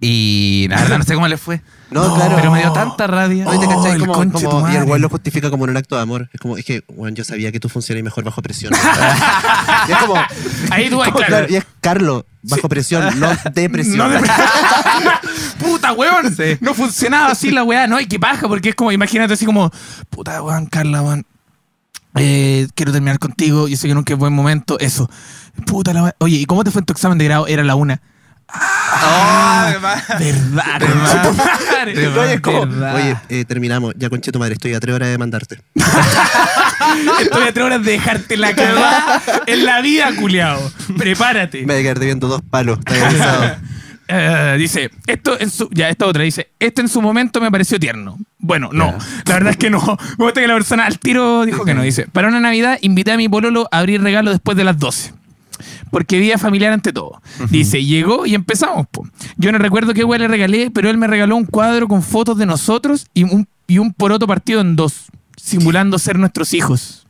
B: Y la verdad, no sé cómo le fue.
C: No, claro.
B: Pero me dio tanta rabia.
C: Oye, ¿te
A: Oh,
C: cachai?
A: el
C: Como-
A: conche
C: como-
A: tu
C: y el
A: madre.
C: güey lo justifica como en un acto de amor. Es como, es que, bueno, yo sabía que tú funcionas mejor bajo presión. Y es como,
A: Ahí tú vas,
C: como,
A: claro.
C: claro, y es Carlos, bajo presión, no depresión.
A: No me- Puta, weón. No funcionaba así la weá, ¿no? Y qué paja, porque es como, imagínate así como, puta, weón, Carla, weón. eh, quiero terminar contigo, yo sé que nunca es buen momento, eso. Puta la weá. Oye, ¿y cómo te fue en tu examen de grado? Era la una.
C: "Oh,
B: Ah, además.
A: Verdad, hermano.
B: Te
C: Oye, es como,
A: Verdad.
C: oye, eh, terminamos. Ya conche tu madre, estoy a tres horas de mandarte.
A: Estoy a tres horas de dejarte la cagada en la vida, culiao. Prepárate.
C: Me voy a quedar debiendo dos palos. Está avisado.
A: Eh, dice, esto en su. Ya, esta otra dice, esto en su momento me pareció tierno. Bueno, no, la verdad es que no. Me gusta que la persona al tiro dijo que no. Dice, para una Navidad invité a mi pololo a abrir regalo después de las 12. Porque vida familiar ante todo. Dice, llegó y empezamos. po. Yo no recuerdo qué hueá le regalé, pero él me regaló un cuadro con fotos de nosotros y un, y un poroto partido en dos, simulando ser nuestros hijos.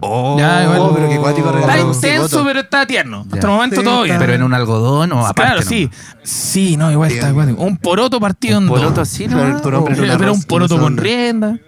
B: Oh,
A: Ya, igual.
C: Oh, pero qué cuático
A: Está
C: regaló. Claro,
A: intenso,
C: voto.
A: pero está tierno.
B: Ya.
A: Hasta el momento
C: Sí,
A: todo bien.
C: está-
B: Pero en un algodón o aparte.
A: Claro, sí. Sí, no, igual está
C: Bien.
A: acuático. Un poroto partido
B: Un
A: en dos.
B: poroto así, ¿no?
C: Claro, tu nombre
A: Pero,
C: Pero
A: pero
C: una
A: un
C: rosa,
A: poroto
C: una
A: con
C: sonda.
A: rienda.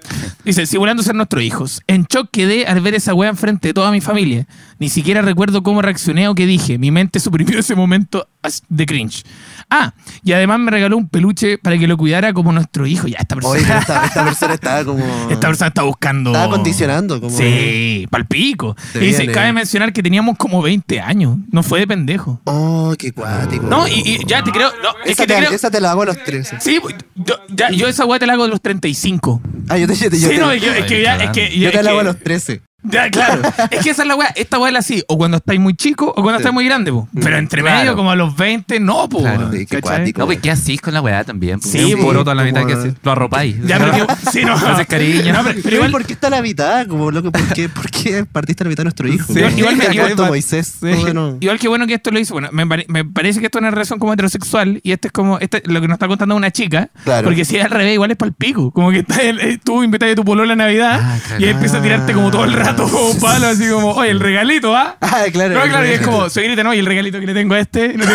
A: Dice, simulando ser nuestros hijos. En shock quedé al ver esa wea enfrente de toda mi familia. Ni siquiera recuerdo cómo reaccioné o qué dije. Mi mente suprimió ese momento as- de cringe. Ah, y además me regaló un peluche para que lo cuidara como nuestro hijo. Ya, esta persona,
C: Oye, pero esta, esta persona estaba como.
A: esta persona está buscando.
C: estaba condicionando. Como,
A: Sí, palpico.
C: Te
A: Y dice,
C: viene.
A: cabe mencionar que teníamos como 20 años. No fue de pendejo.
C: Oh, qué cuático.
A: No, y, y ya te creo. no,
C: Esa,
A: es que te
C: te,
A: creo.
C: esa te la hago a los 13.
A: Sí, pues, yo, ya- yo esa weá te la hago a los 35.
C: Ah, yo te, yo te, yo
A: sí,
C: te-
A: no, es que, es que ya, es que,
C: yo
A: es
C: te la hago
A: que-
C: a los 13.
A: Ya, claro. es que esa es la weá. Esta weá es así, o cuando estáis muy chico, o cuando
C: Sí. Mm,
A: estáis muy grande, po. Pero entre
B: Claro.
A: medio, como a los 20, no, po.
B: Oh, Claro,
A: weón,
C: sí, qué
A: ¿cachai?
C: cuático.
B: No, pues qué así con la weá también.
A: Sí,
B: Sí, un
A: po.
B: poroto a la mitad que
C: Como-
B: así, lo arropáis.
A: Ya, pero que- sí, no.
B: Haces cariño.
A: No, pero, pero
C: Pero
A: igual,
C: ¿Por qué está a la mitad? Como, loco, ¿por qué, por qué partiste a la mitad de nuestro hijo?
B: Sí,
C: Como,
A: igual me-
C: acá
A: igual
C: está
A: me-
C: Moisés. todo de nuevo.
A: igual que bueno que esto lo hizo. Bueno, me, pare- me parece que esto es una relación como heterosexual, y este es como, este, lo que nos está contando una chica.
C: Claro.
A: Porque si es al revés, igual es para el pico. Como que está el- eh, tú invitas a tu polola a Navidad,
B: Ah, claro.
A: y él empieza a tirarte como todo el rato un palo, así como, oye, el regalito, ¿ah?
C: Ah, claro.
A: No, claro, y es como, soy grita, no, y el regalito que le tengo a este. no te-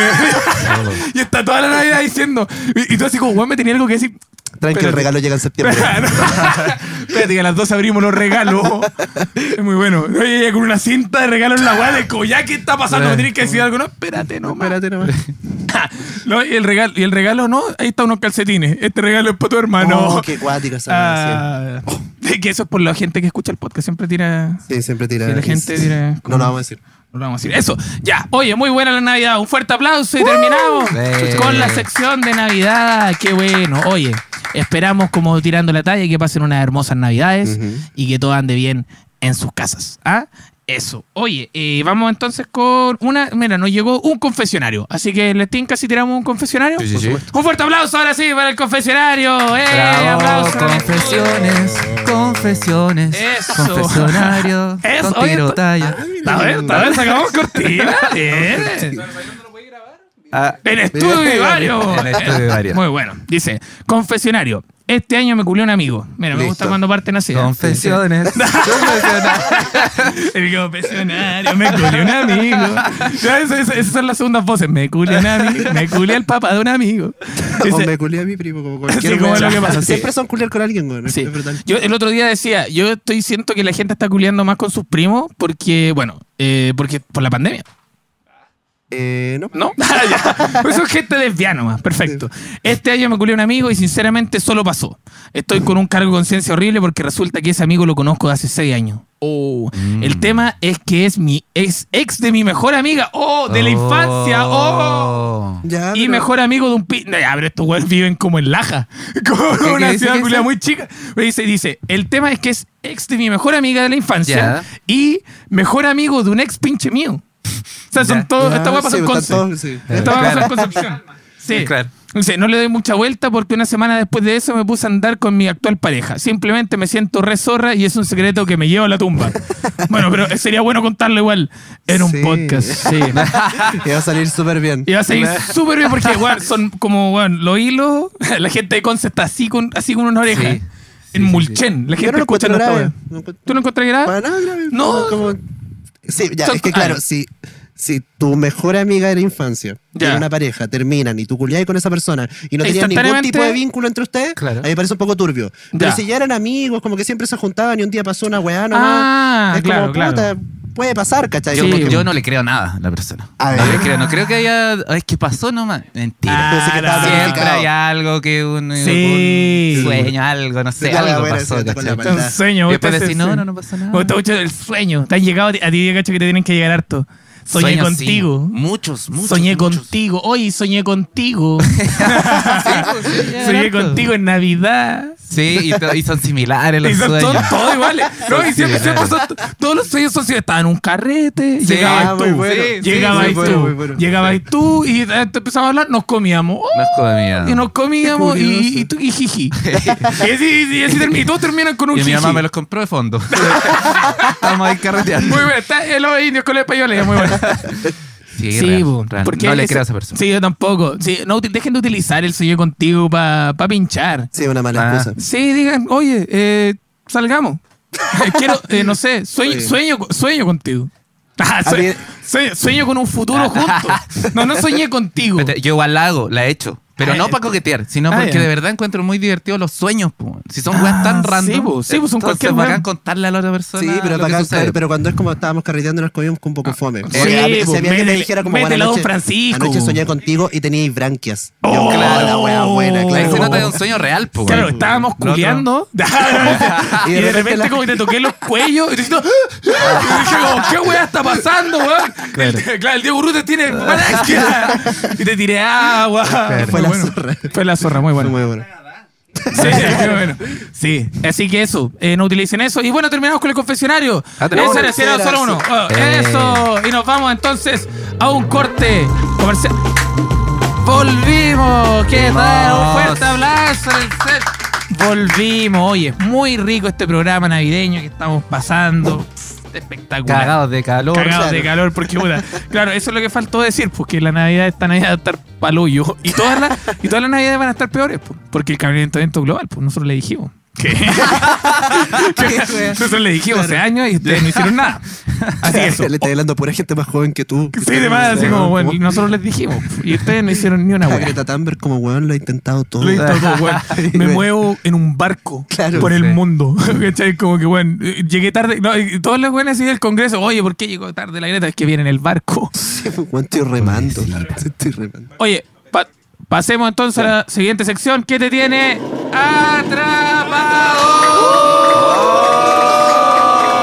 A: y está toda la Navidad diciendo. Y, y tú así como, weón, me tenía algo que decir.
C: Tranqui, el
A: Espérate.
C: regalo llega en septiembre.
A: Espérate, que a las 12 abrimos los regalos. Es muy bueno. Y ella con una cinta de regalo en la guada, como, ya, ¿qué está pasando? Me tienes que decir algo. No, espérate, no, espérate.
C: Espérate nomás.
A: No, y el regalo, y el regalo, no, ahí está unos calcetines. Este regalo es para tu hermano.
C: Oh, qué cuático esa gracia.
A: Ah, que eso es por la gente que escucha el podcast, siempre tira.
C: Sí, siempre tira.
A: Sí, la gente tira-
C: No lo vamos a decir.
A: No lo vamos a decir. Eso, ya. Oye, muy buena la Navidad. Un fuerte aplauso y terminamos
B: Sí.
A: con la sección de Navidad. Qué bueno. Oye, esperamos como tirando la talla que pasen unas hermosas Navidades
C: Ujú.
A: y que todo ande bien en sus casas. ¿Ah? Eso. Oye, eh, vamos entonces con una. Mira, nos llegó un confesionario. Así que, ¿les tinca si tiramos un confesionario?
B: Sí, sí, sí.
A: Un fuerte aplauso ahora sí para el confesionario. ¡Eh!
B: Bravo,
A: aplauso.
B: confesiones, confesiones,
A: Eso.
B: confesionario,
A: Eso,
B: con
A: oye,
B: tirotalla.
C: Ah,
A: A ver, a ver, sacamos cortina. Bien.
B: Ah,
A: En estudio varios.
B: En estudio varios.
A: Muy bueno. Dice, confesionario. Este año me culió un amigo. Mira, me
C: Listo.
A: gusta cuando parten así. ¿eh?
B: confesiones, confesiones.
A: El confesionario, me culió un amigo. Ya, esa- esa- esas son las segundas voces. Me culió un amigo. Me culió el papá de un amigo.
C: O
A: Dice,
C: me culé a mi primo, como cualquier
A: Sí, como
C: wea.
A: lo que pasa, sí.
C: Siempre son culiar con alguien, güey.
A: Sí.
C: Es verdad.
A: Yo el otro día decía, yo estoy siento que la gente está culiando más con sus primos porque, bueno, eh, porque por la pandemia.
C: Eh, no.
A: ¿No? Ah, ya. Eso es gente desviada nomás. Perfecto. Este año me culé a un amigo y sinceramente solo pasó. Estoy con un cargo de conciencia horrible porque resulta que ese amigo lo conozco de hace seis años. Oh.
B: Mm.
A: El tema es que es mi ex, ex de mi mejor amiga. Oh, de la infancia. Oh.
B: Ah,
C: Ya,
A: Y
C: pero-
A: mejor amigo de un pi... No, ya, pero estos güeyes viven como en Laja. Como
B: qué
A: una
B: dice,
A: ciudad
B: qué
A: culia
B: dice?
A: muy chica. Me dice, dice, el tema es que es ex de mi mejor amiga de la infancia
B: Ya.
A: y mejor amigo de un ex pinche mío. O sea, son
B: Ya.
A: todos...
C: Ya,
A: Esta weá pasó
C: sí,
A: en
C: están
A: Conce.
C: todos, sí.
A: Esta weá pasó en
B: Eh, Claro. Eh,
A: Concepción. Sí.
B: Claro.
A: Dice, no le doy mucha vuelta porque una semana después de eso me puse a andar con mi actual pareja. Simplemente me siento re zorra y es un secreto que me lleva a la tumba. bueno, pero sería bueno contarlo igual en un
C: Sí.
A: podcast. Sí.
C: Y va a salir súper bien.
A: Y va a seguir súper bien porque, weón, son como, weón, los hilos. La gente de Conce está así con, así con una oreja.
B: Sí.
A: en Mulchen. La
C: Yo
A: gente
C: no lo
A: escucha
C: encuentro
A: esta
C: grave.
A: weá.
C: No encuentro-
A: ¿Tú lo encontrás grave?
C: Para nada grave.
A: No.
C: Como- Sí, ya,
A: ¿Ah? Son-
C: es que
A: ah,
C: claro,
A: no.
C: si, si tu mejor amiga de la infancia,
A: Ya.
C: tiene una pareja, terminan y tú culiás con esa persona y no tenían ningún
A: Instantáneamente-
C: tipo de vínculo entre ustedes,
B: Claro.
C: a mí me parece un poco turbio.
A: Ya.
C: Pero si ya eran amigos, como que siempre se juntaban y un día pasó una weá nomás,
A: Ah,
C: es
A: claro,
C: como, puta,
A: claro.
C: puede pasar, ¿cachai?
B: Yo,
A: Sí,
C: Como
A: bueno.
B: yo no le creo nada a la persona.
C: A
B: No
C: ver.
B: le creo, no creo que haya. Es que pasó nomás. Mentira.
C: Pensé que estaba
B: Siempre
C: planificado.
B: hay algo que un,
A: Sí.
B: algún sueño, algo, no sé,
C: Ya la
B: algo
C: buena
B: pasó.
C: suerte con la
B: ¿cachai?
C: maldad.
A: Un sueño,
B: Y
A: me
B: después
A: gusta
B: decís,
A: ese
B: no,
A: sueño.
B: no, no pasó nada.
A: Me gusta mucho el sueño. Te han llegado a ti, a ti, cacho, que te tienen que llegar harto. Soñé
B: Sueños, sí.
A: contigo.
B: Muchos, muchos.
A: soñé
B: muchos.
A: contigo. Hoy soñé contigo. soñé
B: pues, harto.
A: contigo en Navidad.
B: Sí, y, to- y son similares los
A: Y son
B: sueños.
A: todos, todos iguales. No, y
B: Sí,
A: siempre,
B: sí,
A: siempre
B: sí.
A: son t- todos los sueños son así. Estaba en un carrete,
B: Sí,
A: llegabas
C: ah,
A: tú.
C: muy bueno.
B: Sí, sí,
A: llegabas
C: muy
A: tú.
C: bueno, muy bueno.
A: Llegabas tú y eh, te empezaba a hablar, nos comíamos. Oh,
B: Los comía.
A: y nos comíamos
C: Qué
A: y,
C: curioso.
A: y, tú- y jiji. y así, y así termina. Y todos terminan con un
B: Y
A: jiji.
B: mi mamá me los compró de fondo. Estamos ahí carreteando.
A: Muy bueno, está eh, los indios con los españoles, muy bueno.
B: Sí,
A: Sí,
B: real,
A: po,
B: real.
A: porque
B: no le
A: ese-
B: creo a esa persona.
A: Sí, yo tampoco. Sí, no, uti- dejen de utilizar el sueño contigo para pinchar.
C: Sí, una mala
B: Ah.
C: excusa.
A: Sí, digan, oye, eh, salgamos. Quiero, eh, no sé, sueño,
C: Oye.
A: sueño, sueño contigo. Ah,
C: A
A: sue-
C: mí-
A: sueño, sueño con un futuro juntos. No, no soñé contigo.
B: Espérate, yo igual la hago, la he hecho. Pero
A: Ah,
B: no
A: eh,
B: para coquetear, sino
A: ah,
B: porque
A: ya.
B: de verdad encuentro muy divertidos los sueños. eh. po. Si son
A: Ah,
B: weas tan
A: sí,
B: random,
A: po, sí, po, son
B: entonces
A: cualquier
B: bacán
A: wea.
B: contarle a la otra persona.
C: Sí,
B: lo
C: pero,
B: que
C: para acá-
B: sucede.
C: pero cuando es como estábamos carreteando nos comíamos con un poco fome.
A: Ah, Sí,
C: O sea, a mí-
A: pues,
C: si a mí alguien me
A: métele-
C: dijera como
A: métele a
C: buena
A: Don
C: noche,
A: Francisco".
C: anoche soñé contigo y teníais branquias. Yo,
A: Oh,
C: "Oh, la wea buena,
A: claro.
B: Ahí
C: claro.
B: se nota que es un sueño real, po,
A: Claro,
B: weón.
A: estábamos
B: No, no.
A: culeando y de repente
C: la-
A: como que te toqué los cuellos y te siento, ¡Ah! Y dije como, ¿qué weá está pasando, weón? Claro, el, claro, el Diego Bruto tiene malaria. y te tiré agua.
C: Fue la
A: bueno.
C: zorra.
A: Fue la zorra, muy bueno.
C: Muy bueno.
A: Sí, muy bueno. Sí, así que eso, eh, no utilicen eso. Y bueno, terminamos con el confesionario.
B: Ah, tenemos
A: Ese
B: uno.
A: era si era solo uno. Bueno,
B: Eh.
A: Eso, y nos vamos entonces a un corte comercial. Volvimos, ¿qué tal? Un fuerte aplauso. en ser- Volvimos, oye, es muy rico este programa navideño que estamos pasando. Pff, Espectacular.
B: Cagados de calor.
A: Cagados
C: claro.
A: de calor, porque puta, claro, eso es lo que faltó decir, porque la Navidad esta Navidad va a estar palollo y todas las y todas las Navidades van a estar peores, po, porque el calentamiento global, pues nosotros le dijimos. que- nosotros le dijimos hace años y ustedes no hicieron nada. Así eso.
C: Le está hablando a pura gente más joven que tú.
A: Sí, de más, así como, bueno, nosotros les dijimos pues, y ustedes no hicieron ni una
C: A
A: hueá.
C: Greta Thunberg como weón lo ha intentado todo.
A: Lo hizo todo, weón. Me muevo en un barco
C: Claro,
A: por el
B: sí.
A: mundo. ¿Cachai? Como que, bueno, eh, llegué tarde. No, y todos los buenos así del Congreso, oye, ¿por qué llegó tarde la Greta? Es que viene en el barco.
C: Sí, weón, estoy remando. Estoy remando.
A: Oye, pa- pasemos entonces a la siguiente sección. ¿Qué te tiene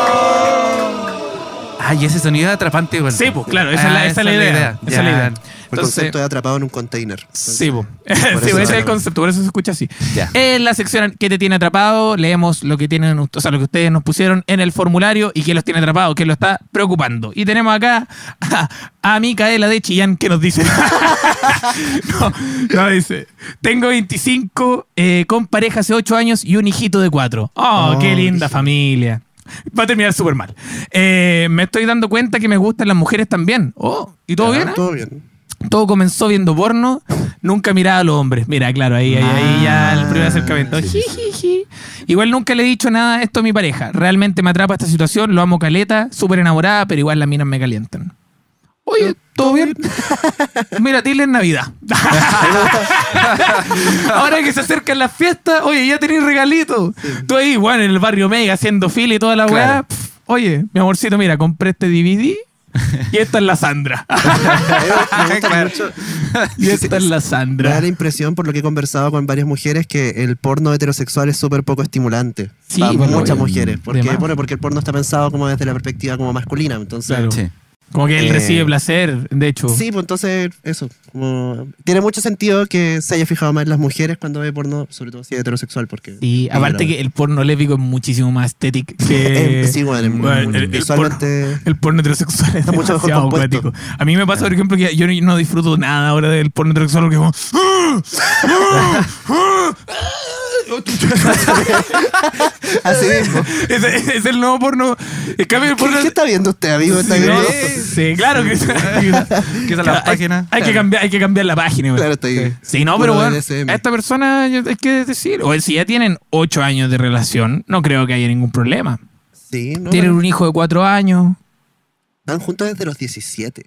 A: atrapado?
B: Ay, ese sonido es atrapante, weón.
A: Sí, pues claro, esa, es, la,
B: Ah,
A: esa es la idea. Esa es la
B: Ya.
A: idea.
C: El
A: Entonces,
C: concepto de atrapado en un container. Entonces,
A: Sí, po. Sí,
C: eso
A: po, ese es el
C: hablamos.
A: concepto, por eso se escucha así.
B: Ya.
A: En la sección que te tiene atrapado, leemos lo que tienen, ust- o sea, lo que ustedes nos pusieron en el formulario y que los tiene atrapado, que lo está preocupando. Y tenemos acá a, a Micaela de Chillán que nos dice. no, no dice. Tengo 25 eh, con pareja hace 8 años y un hijito de 4. Oh,
C: Oh,
A: qué
C: qué
A: linda familia. Va a terminar súper mal. Eh, me estoy dando cuenta que me gustan las mujeres también. Oh, ¿y todo
C: ah,
A: bien?
C: Todo bien.
A: Todo comenzó viendo porno, nunca miraba a los hombres. Mira, claro, ahí, ahí, ahí ya el primer acercamiento. Jijiji. Igual nunca le he dicho nada de esto a mi pareja. Realmente me atrapa esta situación, lo amo caleta, súper enamorada, pero igual las minas me calientan. Oye, ¿todo bien? Mira, Tilde en Navidad. Ahora que se acercan las fiestas, oye, ya tenés regalitos. Tú ahí, bueno, en el barrio Mega haciendo fila y toda la
B: Claro.
A: weá. Pf, Oye, mi amorcito, mira, compré este DVD y esta es la Sandra.
C: Me gusta
B: Claro.
C: mucho.
A: Y esta es la
C: Me da
A: Sandra.
C: la impresión, por lo que he conversado con varias mujeres, que el porno heterosexual es súper poco estimulante
A: Sí,
C: para
A: bueno,
C: muchas
A: obvio.
C: mujeres. Porque,
A: De más.
C: bueno, porque el porno está pensado como desde la perspectiva como masculina. Entonces,
A: Claro.
B: Sí.
A: Como que él
C: Eh,
A: recibe placer, de hecho.
C: sí, pues entonces, eso. como- tiene mucho sentido que se haya fijado más en las mujeres cuando ve porno, sobre todo si es heterosexual. Porque
A: Y aparte que el porno lésbico es muchísimo más estético que...
C: Eh, sí, bueno, em-
A: Bueno, el- el
C: visualmente.
A: El porno heterosexual es
C: Está mucho mejor
A: demasiado
C: compuesto.
A: acuático. A mí me pasa, por ejemplo, que yo no- no disfruto nada ahora del porno heterosexual porque como...
C: Así mismo.
A: es, es- es el nuevo porno. En cambio, el
C: ¿Qué,
A: porno...
C: pues. qué está viendo usted, amigo? ¿Está
A: Sí,
C: viendo-
A: no, sí, claro que
B: Que esa es
A: Claro,
B: la
A: hay-
B: página.
A: Hay, que cambiar, hay que cambiar la página. güey.
C: Claro, está ahí.
A: Sí, no, pero
C: Puro
A: bueno,
C: BDSM.
A: a esta persona yo- hay que decir, o si ya tienen ocho años de relación, no creo que haya ningún problema.
C: Sí, no,
A: tienen
C: pero
A: un hijo de cuatro años.
C: están juntos desde los 17.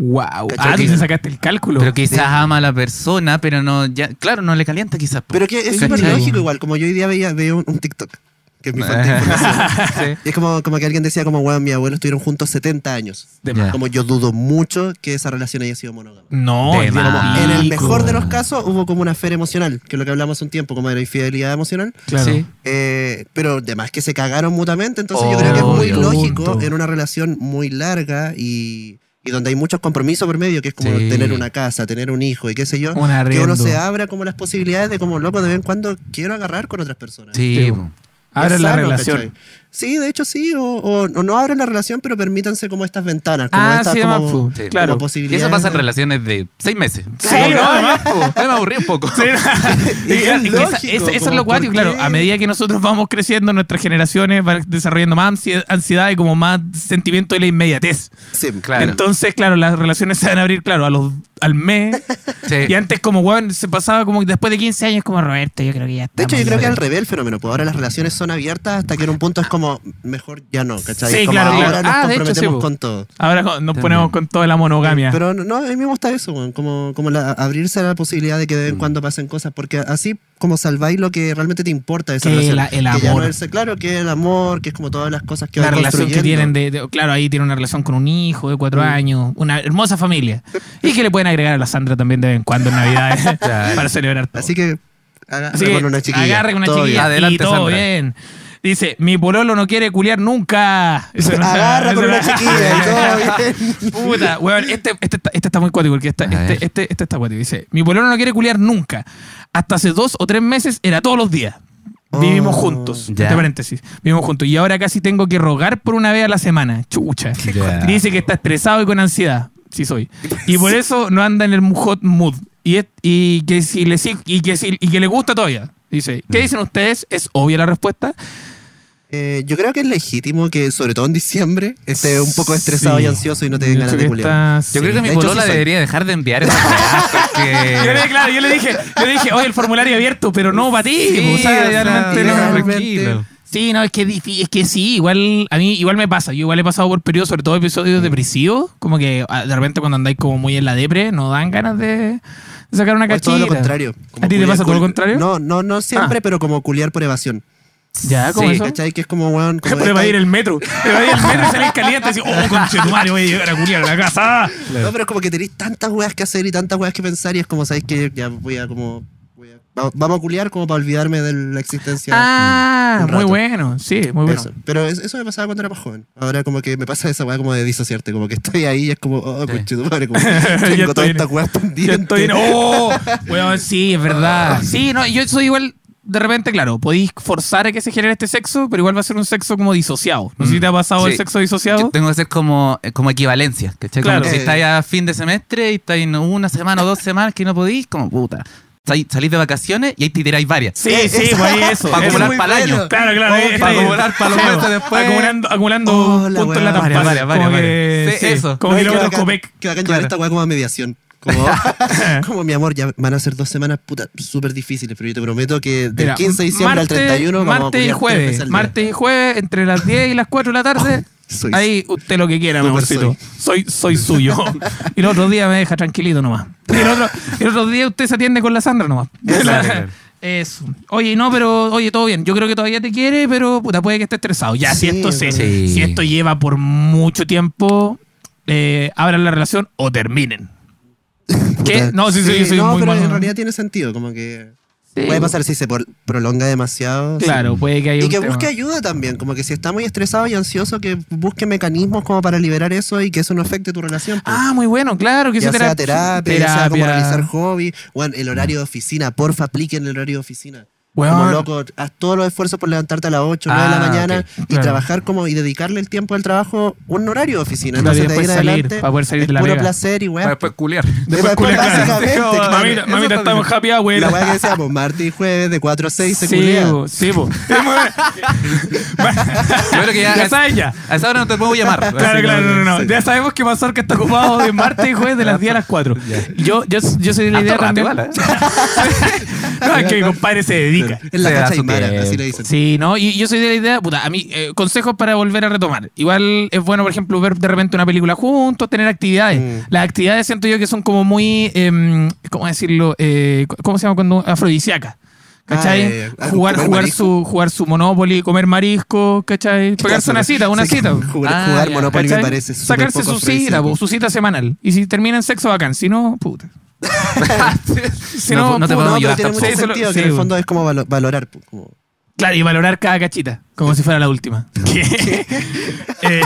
A: Wow.
C: ¿Cachai?
A: Ah, tú te sacaste el cálculo.
B: Pero quizás ama a la persona, pero no, ya, claro, no le calienta quizás. po.
C: Pero que es
B: ¿Cachai?
C: súper lógico igual, como yo hoy día veía, veo un, un TikTok, que es mi fuente de información. Y es como, como que alguien decía como, weón, mi abuelo estuvieron juntos 70 años.
A: De
B: Ya.
A: más.
C: Como yo dudo mucho que esa relación haya sido monógama.
A: No,
B: De
A: el
B: más.
A: pico.
C: En el mejor de los casos hubo como una feria emocional, que es lo que hablamos hace un tiempo, como de la infidelidad emocional.
A: Claro.
B: Sí.
C: Eh, pero además que se cagaron mutuamente, entonces yo creo que es muy
A: Obvio.
C: lógico
A: Punto.
C: en una relación muy larga y, y donde hay muchos compromisos por medio, que es como
B: Sí.
C: tener una casa, tener un hijo y qué sé yo,
A: Un
C: que
A: arriendo.
C: uno se abra como las posibilidades de como loco de vez en cuando quiero agarrar con otras personas.
B: Sí,
A: Sí,
B: po.
A: po. Ahora
C: Es
A: la
C: sano,
A: relación.
C: ¿cachai? Sí, de hecho sí, o, o- o no abran la relación, pero permítanse como estas ventanas, como
A: Ah,
C: estas
A: sí,
C: como,
A: además, pu.
B: Sí.
A: Claro.
C: como
B: Y
C: posibilidades.
B: eso pasa en relaciones de seis meses.
A: Sí,
B: Como,
A: no,
B: ah,
A: además, pues.
B: ya, po. Me aburrí un poco.
A: Y-
C: Es
A: y- y
C: lógico,
A: esa- es- eso es
C: como,
A: lo cuático,
C: ¿por
A: claro.
C: qué?
A: A medida que nosotros vamos creciendo, nuestras generaciones van desarrollando más ansi- ansiedad y como más sentimiento de la inmediatez.
C: Sí,
B: Claro.
A: Entonces, claro, las relaciones se van a abrir, claro, a los, al mes.
B: Sí.
A: Y antes, como, weón, se pasaba como que después de 15 años, como Roberto, yo creo que ya está.
C: De hecho, yo creo que al revés el fenómeno, pues ahora las relaciones son abiertas hasta que en un punto es como, mejor ya no, ¿cachai?
A: Sí,
C: como
A: claro,
C: ahora
A: claro.
C: nos
A: Ah, de hecho,
C: comprometemos
A: sí, po.
C: con todo.
A: Ahora nos ponemos con toda la monogamia.
C: Pero no, no, a mí me gusta eso, weón, como, como la- abrirse a la posibilidad de que de vez en cuando pasen cosas, porque así como salváis lo que realmente te importa de esa
A: Que
C: relación.
A: la- el
C: Que ya
A: amor.
C: no es- claro, que el amor, que es como todas las cosas que
A: la
C: vas
A: relación que
C: construyendo. Mm.
A: tienen de, de- claro ahí tiene una relación con un hijo de cuatro años una hermosa familia y que le pueden agregar a la Sandra también de vez en cuando en Navidad eh,
B: Claro.
A: para celebrar todo.
C: Así que haga-
A: Así que
C: con una chiquilla.
A: agarre una
C: todo
A: chiquilla
C: bien.
B: bien. Adelante,
A: y todo
B: Sandra.
A: bien dice mi pololo no quiere culiar nunca Eso no-
C: Agarra con
A: eso
C: una
A: no-
C: chiquilla y todo bien.
A: Puta, weón, este, este, está- este está muy cuático porque esta-
B: A ver.
A: este, este, este está cuático. Dice, mi pololo no quiere culiar nunca. Hasta hace dos o tres meses era todos los días. Vivimos
C: Oh,
A: juntos.
B: ya.
A: Entre paréntesis. Vivimos juntos. Y ahora casi tengo que rogar por una vez a la semana. Chucha.
B: Ya.
A: Dice que está estresado y con ansiedad. Sí soy. Y por eso no anda en el mu- hot mood. Y, es- y que si le si- y que si- y que le gusta todavía. Dice, ¿qué dicen ustedes? ¿Es obvia la respuesta?
C: Eh, yo creo que es legítimo que, sobre todo en diciembre, esté un poco estresado
A: Sí.
C: y ansioso y no te den
A: Yo
C: ganas
A: creo
C: de
A: que
C: culiar.
A: está-
B: Yo
A: sí.
B: creo que mi
C: De hecho,
B: polola
C: sí soy.
B: debería dejar de enviar esas weas,
A: Yo le,
B: porque...
A: claro, yo le dije, yo le dije, oye, el formulario abierto, pero no para ti. po, pues, o sea,
B: o sea,
A: realmente no.
B: déjalo
C: realmente-
B: tranquilo.
A: Sí, no, es que, es difí- es que sí, igual a mí igual me pasa. Yo igual he pasado por periodos, sobre todo episodios depresivos, como que ah, de repente cuando andáis como muy en la depre, no dan ganas de, de sacar una
C: O es
A: cachita.
C: todo lo contrario. como
A: ¿A ti te
C: culiar-
A: pasa todo lo
C: cul-
A: contrario?
C: No, no, no siempre, pero como culiar por evasión.
A: Ya, como
B: Sí,
A: eso.
C: ¿Cachai? Que es como, weón. como
A: Te va
C: esta-
A: a ir el metro. Te va a ir el metro y salís caliente así, oh, conchetumare, voy a llegar a culiar a la casa.
C: No, pero es como que tenéis tantas weas que hacer y tantas weas que pensar y es como, ¿sabéis que Ya voy a como... voy a- vamos, vamos a culiar como para olvidarme de la existencia.
A: Ah,
C: Un
A: muy
C: rato.
A: bueno, sí, muy bueno.
C: Eso. Pero es- eso me pasaba cuando era más joven. Ahora como que me pasa esa wea como de disociarte, como que estoy ahí y es como, oh,
B: Sí.
C: conchetumare, como
A: Ya
C: tengo
A: estoy
C: todas
A: en-
C: estas weas
A: Yo
C: pendientes.
A: estoy en- ¡Oh! Weón, sí, es
B: Ah.
A: verdad. Sí, no, yo soy igual. De repente, claro, podéis forzar a que se genere este sexo, pero igual va a ser un sexo como disociado. No sé si te ha pasado el
B: Mm. Sí.
A: sexo disociado.
B: Yo tengo que hacer como, como equivalencia, ¿cachai?
A: Claro.
B: Como que si
C: Eh.
B: estáis a fin de semestre y estáis en una semana o dos semanas que no podís, como puta. Sal- Salís de vacaciones y ahí te tiráis varias.
A: Sí, sí, güey, eso.
B: Para
A: Eso.
B: acumular
C: muy
B: para el año.
C: bueno.
A: Claro, claro.
B: Oh,
A: eh,
B: para
A: eh,
B: acumular para los
A: claro,
B: meses después.
A: Acumulando, acumulando
C: Oh, la
A: puntos en
C: weá.
A: la trampa.
B: Varias, varias,
A: como
B: varias,
A: que,
B: varias. Sí, eso.
A: Como
C: No, y
A: que
C: que
A: los
C: bacán-
A: Copec.
C: Que
B: Claro.
C: bacán llevar esta weá como a mediación. Como, como, mi amor, ya van a ser dos semanas puta, súper difíciles, pero yo te prometo que del
A: Mira,
C: 15 de diciembre
A: martes-
C: al 31 vamos a
A: Martes y
C: culiar tres veces
A: jueves.
C: al día.
A: Martes y jueves, entre las 10 y las 4 de la tarde.
C: Soy-
A: Ahí usted lo que quiera,
C: Súper
A: amorcito. Soy, soy suyo. y el otro día me deja tranquilito nomás. Y el otro, el otro día usted se atiende con la Sandra nomás.
B: Claro.
A: Eso. Oye, no, pero, oye, todo bien. Yo creo que todavía te quiere, pero puta, puede que esté estresado. Ya, si
C: Sí,
A: esto se-
B: sí.
A: si esto lleva por mucho tiempo, eh, abran la relación o terminen. ¿Qué?
C: Puta.
A: No, sí, sí, yo soy
C: no,
A: muy
C: pero
A: malo.
C: en realidad tiene sentido, como que
A: Sí.
C: puede pasar si se por- prolonga demasiado.
A: Claro, puede que haya
C: Y
A: un
C: que
A: tema.
C: busque ayuda también, como que si está muy estresado y ansioso, que busque mecanismos como para liberar eso y que eso no afecte tu relación. pues.
A: Ah, muy bueno, claro, que
C: ya
A: eso
C: sea terapia, ya sea como
A: terapia.
C: realizar hobby, bueno, el horario de oficina, porfa, apliquen el horario de oficina.
A: Weón.
C: Como loco, haz todos los esfuerzos por levantarte a las 8, 9 de
B: Ah,
C: la mañana
B: ok,
C: y
A: claro.
C: trabajar como y dedicarle el tiempo al trabajo un horario de oficina.
A: Claro, y
C: Entonces, de ahí en
A: después salir,
C: adelante,
A: para poder salir
C: es
A: de la
C: puro
A: pega.
C: placer y weá.
B: Para después culiar.
C: Después, básicamente, claro.
A: Mamita,
C: Eso
A: mamita,
C: está
A: estamos
C: bien.
A: happy hour.
C: La weá que decíamos, martes y jueves de 4 a 6 se
A: Sí,
C: culea.
A: bo, sí, bo.
B: Yo creo que ya,
A: ya
B: a
A: sabes ya.
B: a esa hora no te puedo llamar.
A: Claro,
B: Así
A: claro,
B: como-
A: no, no. no.
C: sí.
A: Ya sabemos que Mazorca está ocupado de martes y jueves de las 10 a las 4. Yo, yo, yo soy de la
B: Harto
A: idea
B: rato
A: también.
B: igual, ¿eh?
A: no, es que mi compadre se dedica
C: weón. Es la
B: Se da
C: cacha
B: su
C: Aymara,
B: tiempo.
C: así le dicen.
A: Sí, ¿no? Y yo soy de la idea, puta, a mí, eh, consejos para volver a retomar. Igual es bueno, por ejemplo, ver de repente una película juntos, tener actividades.
C: Mm.
A: Las actividades siento yo que son como muy, em, ¿cómo decirlo? Eh, ¿Cómo se llama cuando? Afrodisíacas. ¿Cachai?
C: Ah, ya, ya.
A: jugar
C: Comer
A: jugar
C: marisco.
A: su jugar su Monopoly, comer marisco, ¿cachai? Pegarse una cita, una
C: Sí,
A: cita.
C: Jugar,
B: Ah,
C: jugar
B: ya,
C: Monopoly me
A: ¿cachai?
C: parece súper
A: Sacarse
C: poco
A: su cita,
C: afrodisíaco.
A: po, su cita semanal. Y si termina en sexo bacán, si no, puta. Si puta,
B: No, no te podemos
C: No, pero
B: ayudar
C: tiene
A: tampoco.
C: mucho
A: Sí, se lo-
C: sentido, que
A: sí,
C: en el
A: weón.
C: fondo es como valo- valorar. po, como-
A: Claro, y valorar cada cachita, como si fuera la última. Que- eh,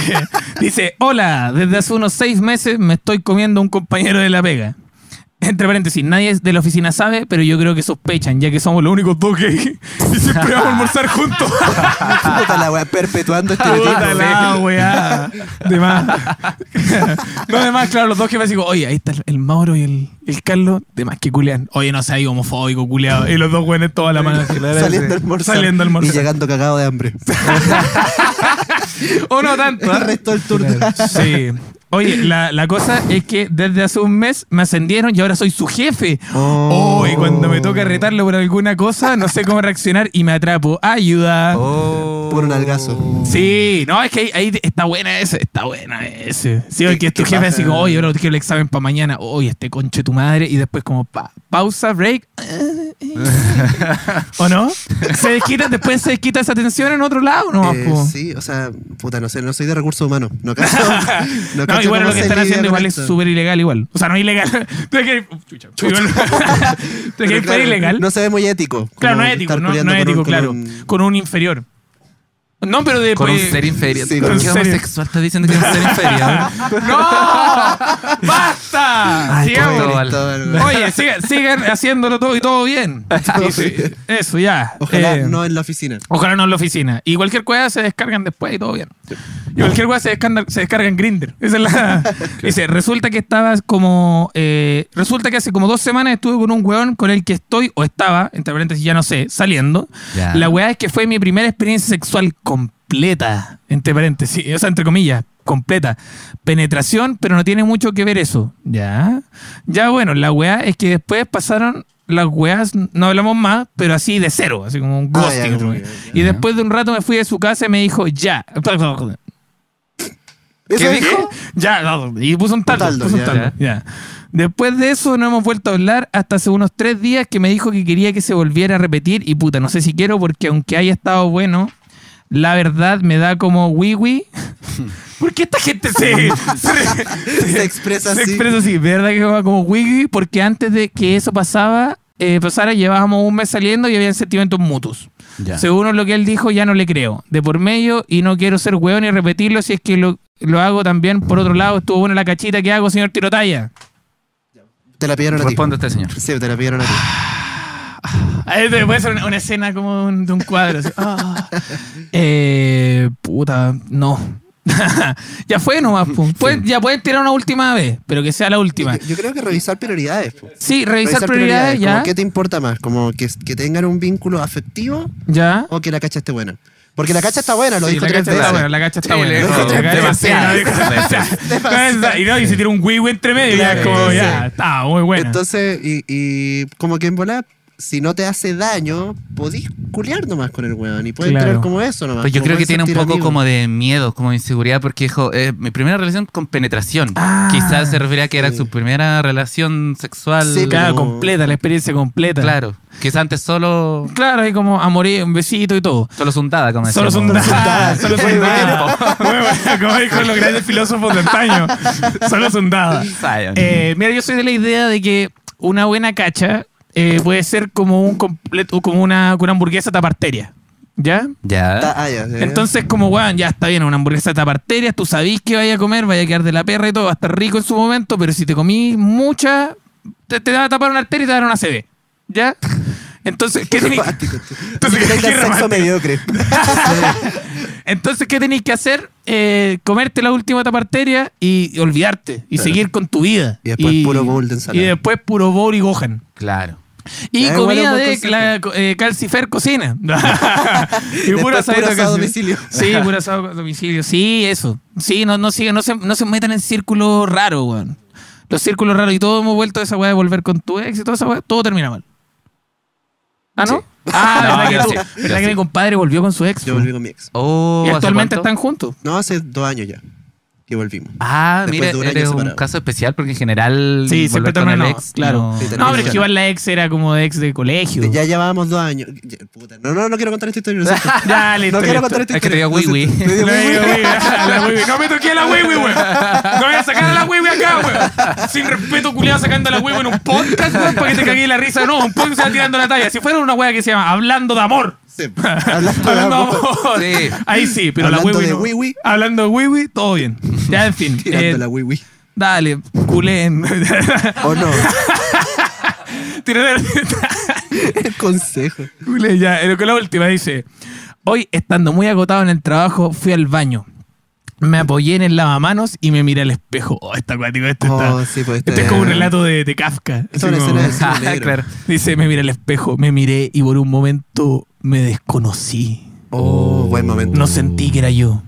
A: dice, hola, desde hace unos seis meses me estoy comiendo a un compañero de la pega. Entre paréntesis, nadie de la oficina sabe, pero yo creo que sospechan, ya que somos los únicos dos que y siempre vamos a almorzar juntos.
C: Puta la weá, perpetuando este
A: Ah. Puta
C: tipo.
A: la weá. De más. No, de más, claro, los dos jefes digo, oye, ahí está el, el Mauro y el, el Carlos, de más que culean. Oye, no seas homofóbico, culeado. Y los dos güeyes toda la mano. así.
C: Saliendo a almorzar.
A: Saliendo a almorzar.
C: Y llegando cagado de hambre.
A: O no tanto.
C: El
A: ¿ah?
C: resto del turno.
A: Sí. Oye, la, la cosa es que desde hace un mes me ascendieron y ahora soy su jefe.
C: Oh.
A: Oh, y cuando me toca retarlo por alguna cosa, no sé cómo reaccionar y me atrapo. Ayuda.
C: Oh. Por un
A: Oh.
C: algazo.
A: Sí, no, es que ahí, ahí está buena ese, está buena ese. Sí,
C: ¿Qué-
A: que es tu
C: qué
A: jefe
C: pasa?
A: así como, oye, bro, te quiero el examen para mañana. Oye, este conche tu madre. Y después como, pa- pausa, break. ¿O no? Se desquita, después se desquita esa tensión en otro lado, ¿no?
C: Eh,
A: po?
C: sí, o sea, puta, no sé, no soy de recursos humanos. No cacho.
A: No,
C: cacho
A: igual
C: cómo
A: lo que
C: se
A: están
C: lidia
A: haciendo
C: con
A: igual es
C: esto.
A: súper ilegal igual. O sea, no ilegal. Tienes que ir... Chucha. Igual- Tienes que
C: Pero
A: ir para
C: claro,
A: ilegal.
C: No se ve muy ético.
A: claro, no
C: como
A: es ético.
C: estar
A: No, no
C: culiando
A: es
C: con un-
A: ético,
C: con
A: claro.
C: un-
A: Con un inferior. No, pero de...
B: Con un
A: eh,
B: ser inferior.
C: Sí,
B: Sí,
C: con
A: un
B: ¿Qué
A: ser-
B: homosexual está diciendo que es un ser inferior?
A: ¡No! ¡Basta!
C: Ay,
A: Sigamos.
B: pobre.
C: Cristóbal, weón.
A: Oye, siga- sigan haciéndolo todo y todo bien. Eso, eso, ya.
C: Ojalá
A: Eh,
C: no en la oficina.
A: Ojalá no en la oficina. Y cualquier cosa se descargan después y todo bien. Y cualquier cosa se descarga, se descarga en Grindr. Esa es la. Dice, resulta que estabas como. eh, resulta que hace como dos semanas estuve con un weón con el que estoy, o estaba, entre paréntesis, ya no sé, saliendo.
B: Ya.
A: La weá es que fue mi primera experiencia sexual completa, entre paréntesis, o sea, entre comillas, completa. Penetración, pero no tiene mucho que ver eso. Ya. Ya bueno, la weá es que después pasaron las weas, no hablamos más, pero así de cero, así como un
C: Ah,
A: ghosting.
C: ya, como
A: weón.
C: que-
A: Y después de un rato me fui de su casa y me dijo, ya.
C: ¿Eso
A: ¿Qué dijo? Ya, no, y puso un taldo.
C: taldo,
A: puso un
C: ya.
A: taldo, ya. Después de eso no hemos vuelto a hablar hasta hace unos tres días que me dijo que quería que se volviera a repetir y puta, no sé si quiero porque aunque haya estado bueno, la verdad me da como wiwi. ¿Por qué esta gente se, se-
C: Se expresa
A: se
C: así.
A: expresa así, de verdad que como- como wiwi, porque antes de que eso pasaba, eh, pasara, llevábamos un mes saliendo y había sentimientos mutuos.
B: Ya.
A: Según lo que él dijo, ya no le creo. De por medio y no quiero ser hueón y repetirlo si es que lo, lo hago también. Por otro lado, estuvo buena la cachita que hago, señor Tirotaya.
C: Te la pidieron a ti.
B: Responde este señor.
C: Sí, te la pidieron a ti.
A: Ah, A ver, puede ser una, una escena como un- de un cuadro. así. Ah. Eh, puta, no. ya fue nomás. po. Pueden- ya pueden tirar una última vez, pero que sea la última.
C: Yo, yo creo que revisar prioridades. po.
A: Sí, revisar, prioridades,
C: como,
A: ya.
C: ¿Qué te importa más? ¿Como que, que tengan un vínculo afectivo
A: Ya.
C: o que la cacha esté buena? Porque la cacha está buena, lo
A: Sí,
C: dijo
A: la
C: tres
A: cacha está
C: veces.
A: buena, la cacha está
B: Sí,
A: buena.
B: le
A: La
B: dijo
A: cacha está
B: demasiado.
A: demasiado. Y no, y se tira un wiwi entre medio, ya es
B: Claro,
A: como,
B: sí.
A: ya, está muy bueno.
C: Entonces, y, y como que en volar, si no te hace daño, podís culiar nomás con el weón y puedes
A: Claro.
C: entrar como eso nomás.
B: Pues yo
C: como
B: creo que
C: pueden
B: tiene un
C: sentir
B: poco
C: amigos.
B: como de miedo, como de inseguridad, porque dijo, eh, mi primera relación con penetración.
A: Ah,
B: Quizás se refería a que era
C: sí.
B: su primera relación sexual.
C: Sí,
A: Claro,
C: como-
A: completa, la experiencia completa.
B: Claro. Quizás antes solo,
A: Claro, hay como amorío, un besito y todo.
B: solo sundada, como
A: Solo
B: decíamos.
A: son dadas. Solo son
C: Eh,
A: dadas. Bueno, Como dijo los grandes filósofos de antaño. Solo son dadas.
B: Zion.
A: Eh, mira, yo soy de la idea de que una buena cacha eh, puede ser como un completo, como una, una hamburguesa taparteria. ¿Ya?
B: Ya.
C: Ta- ah, ya, ya.
A: Entonces, como weón, ya está bien, una hamburguesa taparterias, tú sabís que vaya a comer, vaya a quedar de la perra y todo, va a estar rico en su momento, pero si te comí mucha, te, te va a tapar una arteria y te va a dar una CD. ¿Ya? Entonces, ¿qué tenéis
C: Simpático, tú.
A: Entonces,
C: Que
A: ¿qué-
C: tengas
A: qué
C: sexo
A: romántico?
C: mediocre.
A: Entonces, ¿qué tenéis que hacer? Eh, comerte la última taparteria y olvidarte y
C: Claro.
A: seguir con tu vida.
C: Y después puro bowl de ensalada.
A: Y después puro bowl y Gohan.
B: Claro.
A: Y
C: Ya, igual es
A: comida
C: un buen
A: de
C: consejo.
A: la, eh, calcifer cocina. y
C: Después puro
A: de
C: asado a
A: calcifer.
C: domicilio.
A: Sí, puro asado a domicilio. Sí, eso. Sí, no, no, sigan, no, se, no se metan en círculos raros, weón. Los círculos raros. Y todos hemos vuelto a esa weá de volver con tu ex y toda esa weá. Todo termina mal. ¿Ah, no?
C: Sí.
A: Ah,
B: No,
A: ¿verdad,
B: yo
A: que, tú-
B: sí, yo
A: verdad que
B: sí.
A: mi compadre volvió con su ex?
C: Yo volví con mi ex.
B: Oh,
A: y
B: ¿hace
A: actualmente
B: cuánto?
A: están juntos.
C: No, hace dos años ya que volvimos.
B: Ah,
C: Después
B: mira,
C: de un año
B: eres un
C: separado.
B: caso especial porque en general.
A: Sí, siempre
B: volver con
A: terminan
B: el
A: no,
B: ex,
A: claro.
B: no-
C: Sí,
A: No,
C: terminan
A: pero es que igual la ex era como de ex de colegio.
C: Ya llevábamos dos años. Ya, puta, no, no, no quiero contar esta historia. lo siento.
A: Ya, listo.
C: no quiero
A: listo.
C: contar esta
B: Es que te
C: historia.
B: digo
C: lo
B: wiwi.
C: siento. Me dio
A: La wiwi, wiwi,
C: wiwi.
A: la wiwi. No me toqué la wiwi, weón. No voy a sacar a la wiwi acá, weón. Sin respeto, culiado, sacando a la wiwi en un podcast, weón, para que te cagué la risa. No, un podcast se va tirando la talla. Si fuera una wea que se llama Hablando de Amor.
C: Sí, Hablando de
A: Hablando de
C: amor.
A: amor.
B: Sí.
A: Ahí sí, pero
C: Hablando
A: la wiwi.
C: de
A: no.
C: wiwi.
A: Hablando de wiwi, todo bien. Ya, en fin.
C: Tirando
A: eh,
C: la wiwi.
A: Dale, culen.
C: O no.
A: Tírale
C: El consejo.
A: Cule, ya, pero con la última dice: Hoy, estando muy agotado en el trabajo, fui al baño. Me apoyé en el lavamanos y me miré al espejo. Oh, está acuático, esto está.
C: Oh, sí, pues,
A: esto
C: este-
A: es como un relato de, de Kafka.
C: Esta es una
A: Así como-
C: escena de cine
B: Ah,
C: negro.
B: claro.
A: Dice: Me miré al espejo, me miré y por un momento me desconocí.
C: Oh, buen momento.
A: No sentí que era yo.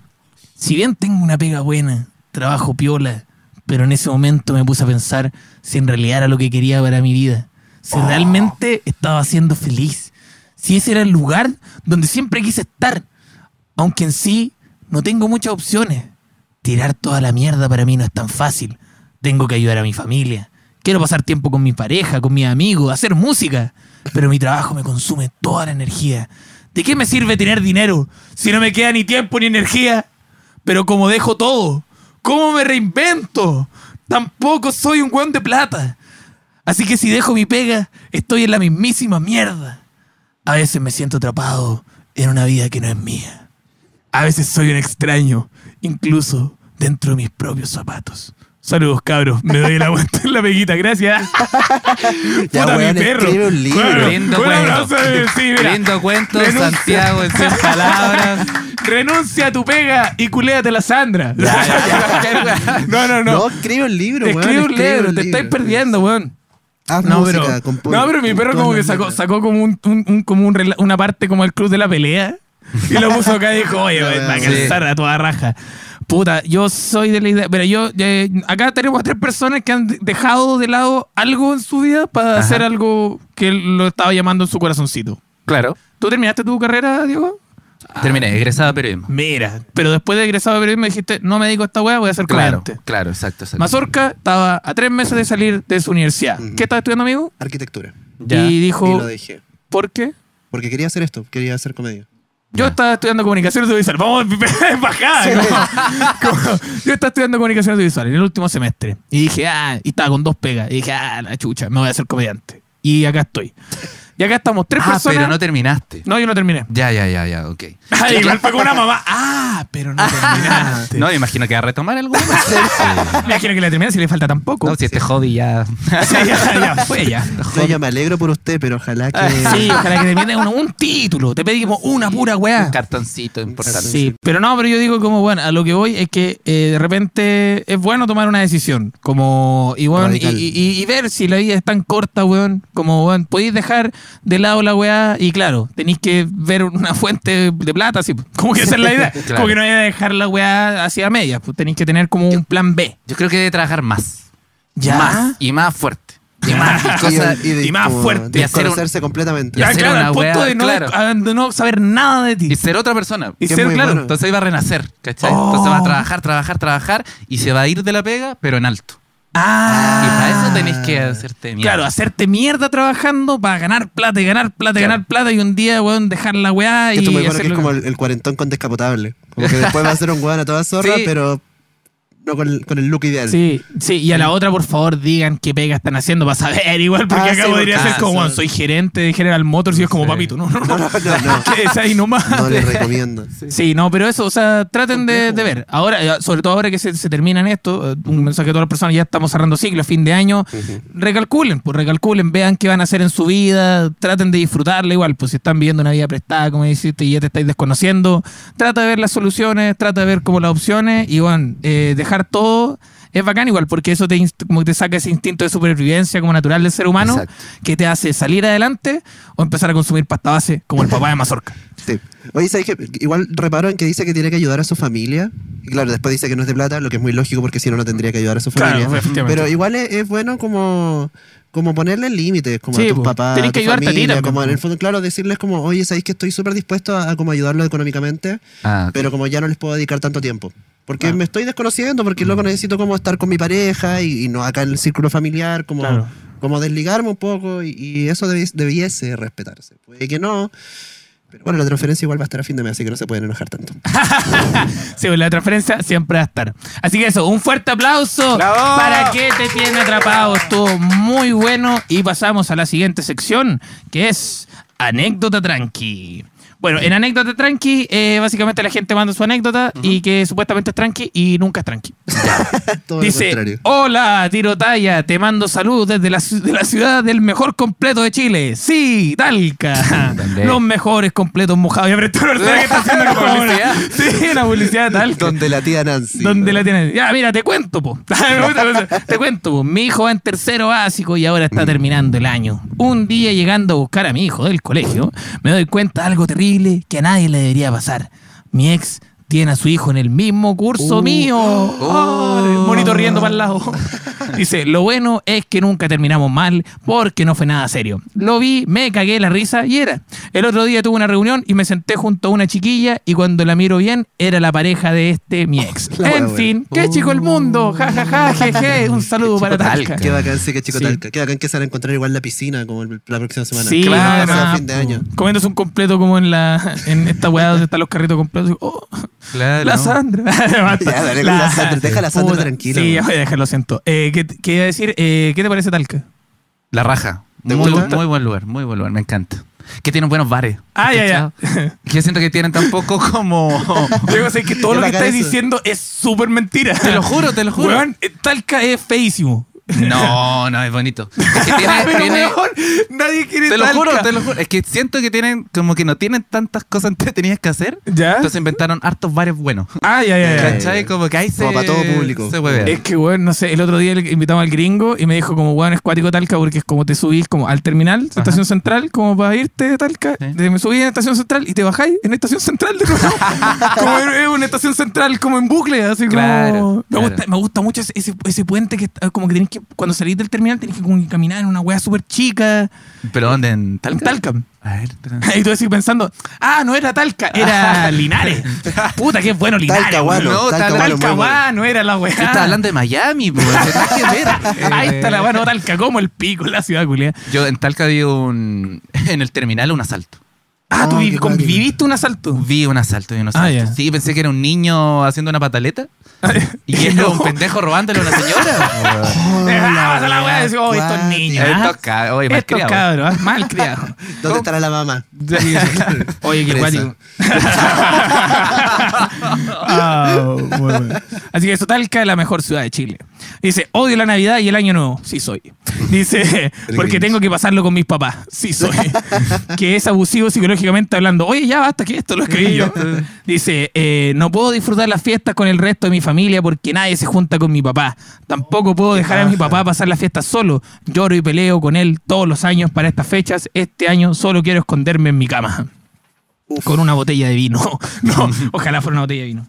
A: Si bien tengo una pega buena, trabajo piola, pero en ese momento me puse a pensar si en realidad era lo que quería para mi vida. Si realmente estaba siendo feliz. Si ese era el lugar donde siempre quise estar. Aunque en sí no tengo muchas opciones. Tirar toda la mierda para mí no es tan fácil. Tengo que ayudar a mi familia. Quiero pasar tiempo con mi pareja, con mis amigos, hacer música. Pero mi trabajo me consume toda la energía. ¿De qué me sirve tener dinero si no me queda ni tiempo ni energía? Pero como dejo todo, ¿cómo me reinvento? Tampoco soy un weón de plata. Así que si dejo mi pega, estoy en la mismísima mierda. A veces me siento atrapado en una vida que no es mía. A veces soy un extraño, incluso dentro de mis propios zapatos. Saludos, cabros. Me doy el aguante en la peguita. Gracias.
C: Ya,
A: Puta,
C: weón,
A: mi perro.
C: escribe un libro.
A: Claro.
B: Lindo
A: Bueno,
B: cuento.
A: no sé, sí, mira.
B: Lindo cuento,
A: Renuncia.
B: Santiago en 100 palabras.
A: Renuncia a tu pega y culéate a la Sandra. no, no,
C: No,
A: no.
C: escribe un libro, weón.
A: Escribe un libro, te estáis
C: estáis
A: perdiendo, weón.
C: Haz
A: No,
C: música,
A: pero,
C: compone.
A: no, pero mi perro
C: Todas
A: como que
C: las
A: sacó,
C: letras.
A: sacó como, un, un- un- como un rela- una parte como el club de la pelea y lo puso acá y dijo, oye,
C: La
A: va a
C: verdad,
A: cansar a toda raja. Puta, yo soy de la idea, pero yo, eh, acá tenemos a tres personas que han de- dejado de lado algo en su vida para
B: Ajá.
A: hacer algo que lo estaba llamando en su corazoncito.
B: Claro.
A: ¿Tú terminaste tu carrera, Diego?
B: Terminé, egresada de periodismo.
A: Mira, pero después de egresado de periodismo dijiste, no me dedico a esta weá, voy a ser
B: Claro,
A: comediante.
B: claro, exacto, exacto.
A: Mazorca estaba a tres meses de salir de su universidad.
C: Ujú.
A: ¿Qué estaba estudiando, amigo?
C: Arquitectura.
B: Ya. Ah,
A: Y dijo,
C: Y lo dejé.
A: ¿por qué?
C: Porque quería hacer esto, quería hacer comedia.
A: Yo
B: Ya.
A: estaba estudiando comunicación audiovisual. Vamos, bajada. ¿no? Como- Yo estaba estudiando comunicación audiovisual en el último semestre. Y dije, ah, y estaba con dos pegas. Y dije, ah, la chucha, me voy a hacer comediante. Y acá estoy. Y acá estamos tres
B: ah,
A: personas.
B: pero no terminaste.
A: No, yo no terminé.
B: Ya, ya, ya, ya, ok.
A: Ay, igual fue con una mamá. Ah, pero no terminaste.
B: No, me imagino que va a retomar alguna más.
A: Me imagino que la terminé si le falta tampoco.
B: No, si este hobby ya.
A: Sí, ya, ya, fue ya.
C: Yo ya me alegro por usted, pero ojalá que.
A: Sí, ojalá que te piden un, un título. Te pedí como una pura weá.
B: Un cartoncito importante.
A: Sí, pero no, pero yo digo como, bueno, a lo que voy es que eh, de repente es bueno tomar una decisión, como, y, weón, y,
C: Radical.
A: y- y- y ver si la vida es tan corta, weón, como, weón, podéis dejar de lado la weá, y claro, tenéis que ver una fuente de plata, así, pues, como que esa es la idea,
B: Claro.
A: como que no hay que dejar la weá hacia medias, pues tenéis que tener como un plan B.
B: Yo creo que debe trabajar más.
A: Ya.
B: Más y más fuerte. Y más y cosas.
C: de-
A: y más
C: como
A: fuerte.
B: Y hacer un-
C: Desconocerse completamente.
B: y
A: Ya,
B: hacer
A: claro,
B: una
A: al punto
B: weá,
A: de no,
B: claro.
A: de no saber nada de ti.
B: Y ser otra persona.
A: Y
C: que es
A: ser,
C: muy
A: claro,
C: bueno.
B: Entonces ahí va a renacer, ¿cachai?
A: Oh.
B: Entonces va a trabajar, trabajar, trabajar y se va a ir de la pega, pero en alto.
A: Ah.
B: Y para eso tenés que hacerte mierda.
A: Claro, hacerte mierda trabajando para ganar plata y ganar plata y
B: Claro.
A: ganar plata y un día, weón, dejar la weá
C: Que
A: y
C: esto me acuerdo que es
A: hacerlo-
C: como el, el cuarentón con descapotable. Como que después va a ser un weón a toda zorra,
B: Sí.
C: pero no con, el- con el look ideal.
A: Sí, sí, y a la otra, por favor, digan qué pega están haciendo para saber igual, porque
C: Ah,
A: acá
C: sí,
A: podría
C: porque-
A: ser como,
C: ah,
A: weón,
C: sí.
A: soy gerente de General Motors y es como,
B: Sí.
A: papito, no, no, no,
C: No, no, no, no.
A: que es ahí nomás.
C: No les recomiendo.
A: Sí, no, pero eso, o sea, traten de,
C: Complejo.
A: de ver. Ahora, eh, sobre todo ahora que se, se terminan esto, eh, un mensaje a todas las personas, ya estamos cerrando ciclos, fin de año, recalculen, pues recalculen, vean qué van a hacer en su vida, traten de disfrutarla igual, pues si están viviendo una vida prestada, como dijiste, y ya te estáis desconociendo, trata de ver las soluciones, trata de ver como las opciones, y bueno, eh, dejar todo es bacán igual, porque eso te, inst- como que te saca ese instinto de supervivencia como natural del ser humano,
B: Exacto.
A: que te hace salir adelante o empezar a consumir pasta base como el papá de Mazorca.
C: Sí. Oye, ¿sabes qué? Igual reparo en que dice que tiene que ayudar a su familia. Y claro, después dice que no es de plata, lo que es muy lógico porque si no, no tendría que ayudar a su
A: Claro,
C: familia.
A: efectivamente.
C: Pero igual es, es bueno como como ponerle límites, como
A: Sí,
C: a tus
A: po.
C: papás,
A: Tenés
C: a tu
A: que ayudarte a ti
C: familia,
A: también,
C: como en
A: po.
C: el fondo, claro, decirles como, oye, sabéis que estoy súper dispuesto a, a como ayudarlo económicamente,
B: Ah,
C: pero como ya no les puedo dedicar tanto tiempo. Porque me estoy desconociendo, porque luego necesito como estar con mi pareja y, y no acá en el círculo familiar, como,
A: Claro.
C: como desligarme un poco y, y eso debi- debiese respetarse. Puede que no, pero bueno, la transferencia igual va a estar a fin de mes, así que no se pueden enojar tanto.
A: Sí, la transferencia siempre va a estar. Así que eso, un fuerte aplauso
B: ¡Bravo!
A: para que te tiene atrapado. Estuvo muy bueno y pasamos a la siguiente sección, que es anécdota tranqui. Bueno, en anécdota tranqui, eh, básicamente la gente manda su anécdota y que supuestamente es tranqui y nunca es tranqui.
C: Todo lo
A: Dice,
C: contrario.
A: hola, Tirotaya, te mando saludos desde la, ci- de la ciudad del mejor completo de Chile. Sí, Talca.
B: Dale.
A: Los mejores completos mojados. Ya, pero esta persona que está haciendo
B: La
A: como una-
B: publicidad.
A: Sí, una publicidad de Talca.
C: Donde la tía Nancy.
A: ¿Dónde la tienes? Ya, mira, te cuento, po. Me gusta, me gusta. te cuento, po. Mi hijo va en tercero básico y ahora está terminando el año. Un día llegando a buscar a mi hijo del colegio, me doy cuenta de algo terrible que a nadie le debería pasar. Mi ex tiene a su hijo en el mismo curso
C: Uh.
A: mío. Ay, monito riendo para el lado. Dice, lo bueno es que nunca terminamos mal porque no fue nada serio. Lo vi, me cagué la risa y era. El otro día tuve una reunión y me senté junto a una chiquilla y cuando la miro bien era la pareja de este, mi ex.
C: La wea
A: en
C: buena. Uh.
A: fin, qué chico el mundo. Ja, ja, ja, je, je. Un saludo para Talca.
C: Qué bacán, sí, qué chico
A: Sí.
C: Talca. Qué bacán que se van a encontrar igual la piscina como el- la próxima semana.
A: Sí,
C: claro,
A: además,
C: fin de año.
A: Comiéndose un completo como en la en esta weá donde están los carritos completos. Oh,
B: claro.
A: la Sandra.
C: Ya, dale con la Sandra, deja a la Sandra
A: Puta.
C: tranquila,
A: Sí,
C: weón.
A: voy a dejar, lo siento. Eh, ¿qué, te- qué iba a decir? Eh, ¿Qué te parece Talca?
B: La raja.
C: ¿Te
B: Muy,
C: gusta?
B: muy buen lugar, muy buen lugar, me encanta. Que tienen buenos bares.
A: Ah, ya, ya.
B: ¿cachai? Que siento que tienen tan poco como.
A: Diego, sé que todo
C: Qué
A: lo que
C: bacán
A: estás
C: eso.
A: diciendo es súper mentira.
B: Te lo juro, te lo juro.
A: Weón, eh, Talca es feísimo.
B: No, no, es bonito. Es que tiene-
A: Pero,
B: tiene-
A: weón, nadie quiere
B: te lo
A: Talca.
B: juro, te lo juro. Es que siento que tienen, como que no tienen tantas cosas entretenidas que hacer.
A: ¿Ya?
B: Entonces inventaron hartos bares buenos.
A: ah, ya, ¿Ah? ya, ya.
C: Eh,
B: ¿Cachai? Como que ahí se.
C: como para todo público.
B: Se huevea.
A: Es que, weón, no sé, el otro día le invitamos al gringo y me dijo como, weón, es cuático Talca porque es como te subís como al terminal,
B: Ajá.
A: estación central, como para irte de Talca.
B: Sí.
A: te- me subís en estación central y te bajáis en estación central de nuevo. como en- es una estación central como en bucle, así como...
B: Claro,
A: Me,
B: claro.
A: Gusta, me gusta mucho ese, ese- ese puente que está- como que tenés que, cuando salís del terminal tenés que como que caminar en una wea súper chica.
B: ¿Pero dónde? ¿En Talca?
A: Talca.
B: A ver, espera.
A: Y tú decís pensando, ah, no era Talca, era Linares. Puta, qué bueno Linares.
C: Talca,
A: weón.
C: guano.
B: no,
C: Talca,
B: Talca,
C: guano, muy
A: Talca,
C: bueno.
A: weón, no era la wea.
B: Estás hablando de Miami, pues. tenés que ver.
A: Ahí
B: Eh,
A: está la mano talca, como el pico, la ciudad culia.
B: Yo en Talca vi un. En el terminal un asalto.
A: Ah, tú
C: Oh,
A: vi-
C: qué
A: con-
C: cuático. Oh,
A: viviste un asalto.
B: Vi un asalto, vi un asalto.
A: Ah, ya.
B: Sí, pensé que era un niño haciendo una pataleta. y era un pendejo robándole a una señora.
A: Ah, la
C: wea,
A: wea, decís, oh, estos
C: cuático.
A: niños. ah,
B: Estos cabros, oye,
A: Estos
B: malcriados.
A: cabros, ¿ah? mal criado.
C: ¿Dónde estará la mamá?
A: Oye, qué
C: Presa.
A: cuático. Ah, muy bueno. Así que eso, Talca es la mejor ciudad de Chile. Dice, odio la Navidad y el Año Nuevo. Sí soy. Dice, porque tengo que pasarlo con mis papás. Sí soy. Que es abusivo psicológicamente hablando. Oye, ya basta, que esto lo escribí yo. Dice, eh, no puedo disfrutar las fiestas con el resto de mi familia porque nadie se junta con mi papá. Tampoco puedo dejar a mi papá pasar las fiestas solo. Lloro y peleo con él todos los años para estas fechas. Este año solo quiero esconderme en mi cama. Con una botella de vino. No, ojalá fuera una botella de vino.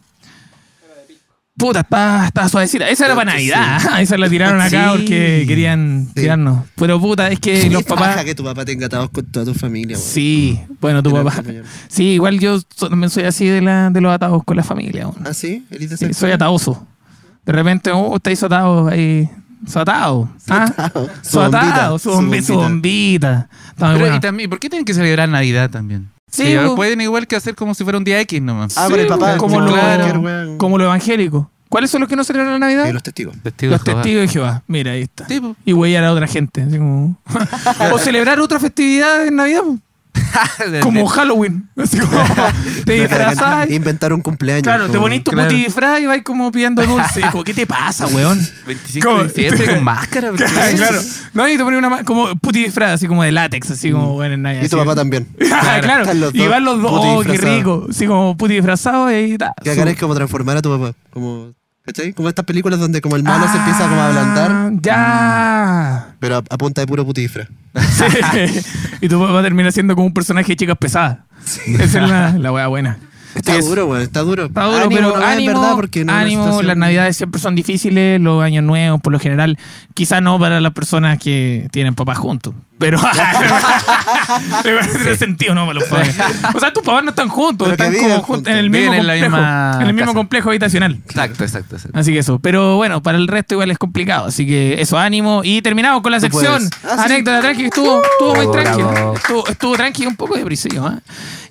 A: Puta, está, está suavecita. Esa era para Navidad. Esa la tiraron acá
B: Sí.
A: porque querían
C: Sí.
A: tirarnos. Pero puta, es que
C: Qué
A: Eh, los
C: paja
A: papás.
C: que tu papá tenga atados con toda tu familia. weón.
A: Sí, bueno, tu
C: Era
A: papá.
C: compañero.
A: Sí, igual yo so- también soy así de, la, de los atados con la familia. weón.
C: ¿Ah, sí? ¿Eres de
A: Sí,
C: esa-
A: soy ataoso. De repente, oh, usted hizo atado ahí. Su atado. ¿Ah?
C: Su
A: Su atado,
C: bombita,
A: su bombi- su bombita. Está muy
B: Pero,
A: buena.
B: y también, ¿por qué tienen que celebrar Navidad también?
A: Ah, Sí,
B: Sí,
A: bo-
B: pueden igual que hacer como si fuera un día X nomás.
C: Ah, por el papá,
A: Como,
B: sí,
A: lo,
B: claro.
C: weón.
A: como lo evangélico. ¿Cuáles son los que no celebran la Navidad?
C: Eh, los testigos.
B: Testigo
A: Los
B: de Jehová.
A: testigos de Jehová. Mira, ahí está.
B: Sí, po.
A: Y huellar a otra gente. así como- o celebrar otra festividad en Navidad. po. Como Halloween. Así como te disfrazás.
C: Inventar un cumpleaños.
A: Claro, te
C: como-
A: ponís tu
B: claro.
A: puti disfraz y vais como pidiendo dulce. Como, ¿Qué te pasa, weón?
B: 25
A: Como-
B: de diciembre con máscara. ¿por qué?
A: claro. No, y te pones una ma- como puti disfraz, así como de látex, así como bueno en Navidad.
C: Mm. Y tu
A: así.
C: papá también.
A: Ah, claro.
C: Están los
A: Y
C: dos
A: van los dos.
C: puti
A: Oh, qué
C: disfrazados.
A: rico. Así como puti disfrazado y ahí ta,
C: Que
A: su-
C: acá es como transformar a tu papá. Como, ¿cachai? Como estas películas donde como el malo se empieza como a ablandar,
A: Ah, Ya.
C: pero a, a punta de puro putifra.
A: Sí. y tu papá termina siendo como un personaje de chicas pesadas. Esa es la, la wea buena.
C: Está
A: es-
C: duro, weón, está duro.
A: Está duro,
C: Ánimo,
A: pero
C: no, es
A: ánimo,
C: verdad, porque no, no es
A: ánimo,
C: situación-
A: las navidades siempre son difíciles, los años nuevos por lo general, quizá no para las personas que tienen papás juntos, pero le parece tiene sentido no para los padres. O sea, tus papás no están juntos,
C: Pero que
A: están
C: viven
A: como
C: juntos.
A: juntos en el mismo
B: Viven en la
A: complejo,
B: misma
A: en el mismo
B: casa.
A: complejo habitacional.
B: Exacto, exacto, exacto.
A: Así que eso, pero bueno, para el resto igual es complicado, así que eso, ánimo. Y terminamos con la
C: Tú
A: sección
C: puedes. Ah, sí. Oh,
A: anécdota tranqui, que estuvo, estuvo muy
B: Bravo,
A: tranqui,
B: bravo.
A: estuvo, estuvo tranqui, un poco de brisillo, ¿eh?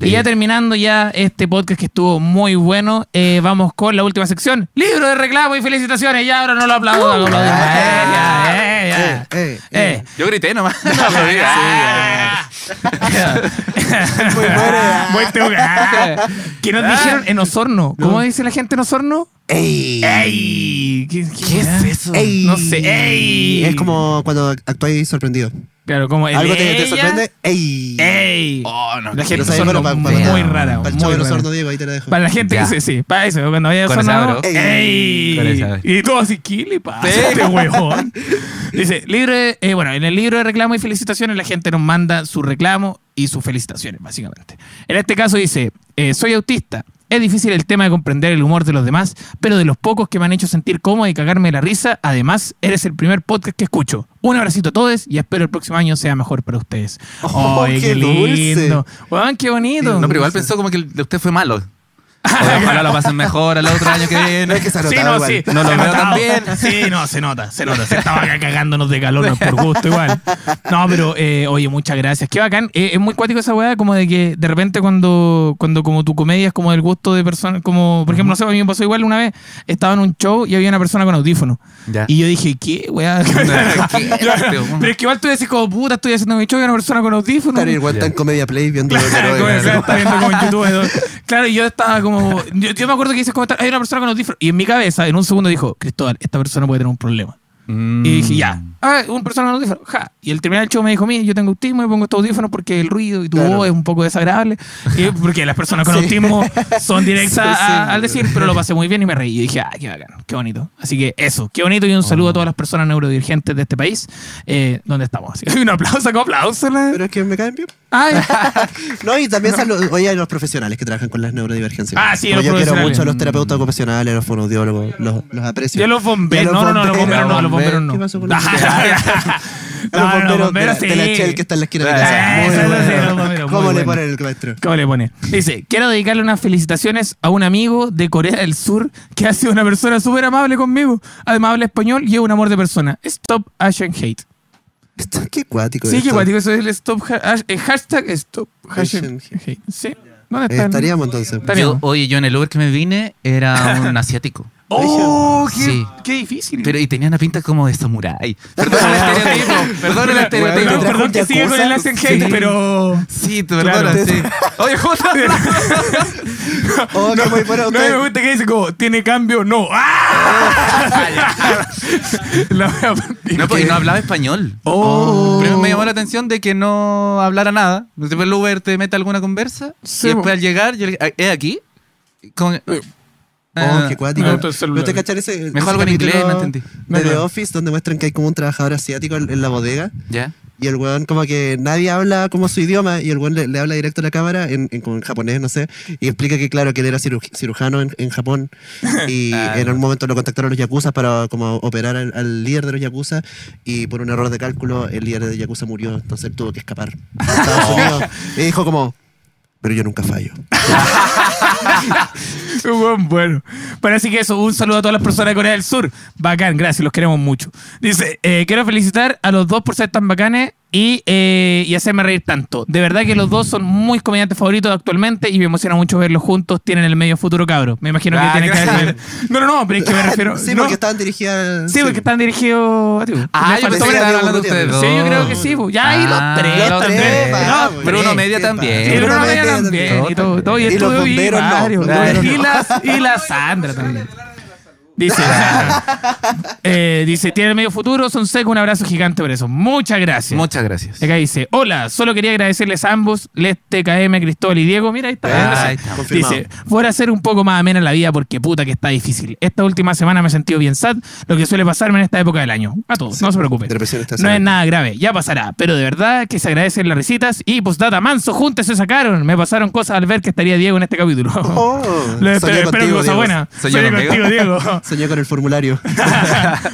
A: Y
B: Sí.
A: ya terminando ya este podcast que estuvo muy bueno, eh, vamos con la última sección, libro de reclamo y felicitaciones, ya ahora no lo aplaudo, no lo aplaudo.
C: Ah.
A: Eh, ya, eh, ya.
C: Uh. Eh, eh,
A: Eh.
B: Yo grité nomás. No, pero diga.
A: Ah.
C: Muy buena.
A: Buen truco. Ah. Que nos dijeron en Osorno. ¿Cómo dice la gente en Osorno?
C: Ey.
A: ¡Ey! ¿Qué,
B: es eso?
C: Ey.
A: No sé, ey.
C: Es como cuando actuáis sorprendido.
A: Claro, como el
C: Algo te,
A: de
C: te
A: ella.
C: sorprende. Ey.
A: ¡Ey!
B: Oh, no.
A: la
C: Lo
A: gente
C: sabéis,
A: son
C: pero pa- pa-
A: muy
C: pa-
A: rara.
C: Para el
A: muy
C: chavo de los
A: rara.
C: sordos, Diego, ahí te la dejo.
A: Para la gente
B: Ya.
A: que dice, sí, para eso, cuando vaya a
B: Con esa
A: sonar,
B: abro.
A: ¡ey!
B: Con esa abro.
A: Y todo así, ¿qué le pasa a
B: Sí.
A: este huevón? Dice, libro de- eh, bueno, en el libro de reclamo y felicitaciones la gente nos manda su reclamo y sus felicitaciones, básicamente. En este caso dice, eh, soy autista. Es difícil el tema de comprender el humor de los demás, pero de los pocos que me han hecho sentir cómodo y cagarme la risa, además, eres el primer podcast que escucho. Un abracito a todos y espero el próximo año sea mejor para ustedes.
C: Oh,
A: ¡Ay,
C: qué
A: qué,
C: dulce.
A: lindo! ¡Weón, qué bonito!
B: No, pero igual pensó como que el de usted fue malo. Ojalá lo pasen mejor al otro año que
C: No
B: viene.
C: es que se ha
A: Sí,
C: notado
A: no,
C: igual.
A: sí.
B: No lo
A: se
B: veo
A: notaba.
B: tan bien.
A: Sí, no, se nota, se nota. Se estaba acá cagándonos de calor, no es por gusto igual. No, pero eh, oye, muchas gracias. Qué bacán. Eh, es muy cuático esa weá, como de que de repente cuando, cuando como tu comedia es como del gusto de personas, como, por ejemplo, no sé, a mí me pasó igual una vez, estaba en un show y había una persona con audífono.
B: Ya.
A: Y yo dije, ¿qué, weá?
B: ¿Qué?
A: pero es que igual tú decís como, puta, estoy haciendo mi show y hay una persona con audífono.
C: Estar igual tan Comedia Play viendo
A: Claro, como
C: Doctor Hoy,
A: se
C: ¿no?
A: está viendo como en YouTube, ¿no? Claro, y yo estaba como. Yo, yo me acuerdo que dices como está- hay una persona con audífonos. Y en mi cabeza, en un segundo, dijo, Cristóbal, esta persona puede tener un problema.
B: Mm.
A: Y dije, ya. Ah, una persona con audífonos. Ja. Y el terminar el show me dijo, mire, yo tengo autismo y pongo estos audífonos porque el ruido y tu
C: Claro.
A: voz es un poco desagradable. Y porque las personas con
C: Sí.
A: autismo son directas
C: Sí, sí.
A: a- al decir, pero lo pasé muy bien y me reí. Y dije, ah, qué bacán, qué bonito. Así que eso, qué bonito. Y un
C: Oh.
A: saludo a todas las personas neurodivergentes de este país, eh, donde estamos. Así que un aplauso, como aplauso. la-
C: Pero es que me caen bien.
A: Ay.
C: No, y también salu- oye a los profesionales que trabajan con las neurodivergencias.
A: Ah, sí,
C: Como
A: los
C: Yo quiero
A: profesionales.
C: mucho a los terapeutas ocupacionales, a los fonoaudiólogos, los, los aprecio.
A: Y a los bomberos.
C: Y a
A: No, no, no, los bomberos no, los bomberos
C: ¿Qué
A: no.
C: pasó con
A: Ah,
C: los bomberos?
A: no, no,
C: a los bomberos
A: bomberos
C: de, la- de
A: sí.
C: la Shell que está en la esquina de la
B: Ah,
C: casa. Muy
A: eso sí,
C: bueno.
A: los bomberos, muy
C: ¿Cómo le
A: bueno.
C: ponen el maestro?
A: ¿Cómo le pone? Dice, quiero dedicarle unas felicitaciones a un amigo de Corea del Sur que ha sido una persona súper amable conmigo. Además habla español y es un amor de persona. Stop Asian Hate.
C: Esto, qué cuático.
A: Sí, que
C: esto.
A: cuático, eso es el stop, ha- ash- eh, hashtag Stop Asian
C: Asian
A: Hate. Sí. ¿Dónde
C: Eh,
A: están?
C: Estaríamos entonces.
A: Está
B: Yo-
A: bien.
B: oye, yo en el Uber que me vine era un asiático.
A: ¡Oh! ¡Qué,
B: Sí.
A: qué difícil!
B: Pero, y tenía una pinta como de samurái. Perdón el
A: Ah,
B: estereotipo. Perdón el
A: Bueno,
B: estereotipo.
C: me trajo
A: perdón
C: un
A: que sigue con el
C: yakuza.
A: Asian Hate,
B: Sí.
A: pero...
B: Sí, te perdono,
A: Claro.
B: sí. Oye, ¿cómo estás?
C: Oh, qué muy bueno.
A: No
C: usted-
A: me gusta que dice como, ¿tiene cambio? No. ¡Ah! La wea partida.
B: No, pues, y no hablaba español.
A: Oh.
B: Primero me llamó la atención de que no hablara nada. Después el Uber te mete alguna conversa.
A: Sí,
B: y después
A: bo.
B: al llegar, yo le dije, "Ah, ¿es aquí? Con-
C: Oh,
B: Ah,
C: qué cuático.
A: me
C: No
A: gusta el celular.
C: te cachar ese. ese
B: Mejor algo en
C: capítulo
B: inglés, no entendí.
C: De The
A: Dale.
C: Office, donde muestran que hay como un trabajador asiático en en la bodega.
B: ¿Ya?
C: Y el weón, como que nadie habla como su idioma, y el weón le, le habla directo a la cámara, en, en- como en japonés, no sé, y explica que, claro, que él era ciru- cirujano en, en Japón, y
B: Ah.
C: en un momento lo contactaron los yakuza para como operar al, al líder de los yakuza, y por un error de cálculo, el líder de yakuza murió, entonces él tuvo que escapar a Estados
B: Oh.
C: Unidos. Y dijo como, pero yo nunca fallo.
A: Un buen bueno. Pero así que eso, un saludo a todas las personas de Corea del Sur. Bacán, gracias, los queremos mucho. Dice, eh, quiero felicitar a los dos por ser tan bacanes y, eh, y hacerme reír tanto. De verdad que los dos son muy comediantes favoritos actualmente y me emociona mucho verlos juntos. Tienen el medio futuro cabro. Me imagino
B: Ah,
A: que tienen que
B: gracias.
A: haber... No, no, no, pero es que me refiero...
C: Sí,
A: no.
C: porque estaban dirigidas...
A: Sí, porque están dirigidos a ti.
B: Ah,
A: Le faltó
B: yo pensé que
C: ver a
B: estaban
C: Diego
B: hablando de ustedes
C: Gutiérrez.
B: dos.
A: Sí, yo creo que sí, pues. Ya, y los
B: Ah,
A: tres
B: los
A: también.
B: tres,
A: No,
B: vamos. Bruno Media también.
A: Sí, Bruno
B: Bruno
A: Media
B: Media
A: también.
B: también.
A: Y, todo, todo, y,
C: Y los
A: estuvo
C: bomberos no,
A: varios,
C: los bomberos
A: y,
C: no.
A: las- y la Sandra también. Dice, eh, dice, tiene medio futuro, son secos, un abrazo gigante por eso. Muchas gracias.
B: Muchas gracias.
A: Y acá dice, hola, solo quería agradecerles a ambos, Les TKM, Cristóbal y Diego. Mira, ahí está.
B: Ah,
A: Gracias.
B: ahí está.
C: Confirmado.
A: Dice, fuera a ser un poco más amena la vida porque puta que está difícil. Esta última semana me he sentido bien sad, lo que suele pasarme en esta época del año. A todos, no se preocupen.
C: depresión está
A: No es
C: cerca.
A: nada grave, ya pasará. Pero de verdad que se agradecen las risitas y postdata, manso, juntos se sacaron. Me pasaron cosas al ver que estaría Diego en este capítulo.
C: Oh,
A: Lo espero,
C: soñé
A: espero que
C: contigo,
A: cosa
C: Diego.
A: buena.
B: Soñé
A: Soñé
B: contigo.
A: contigo, Diego.
C: Soñé con el formulario.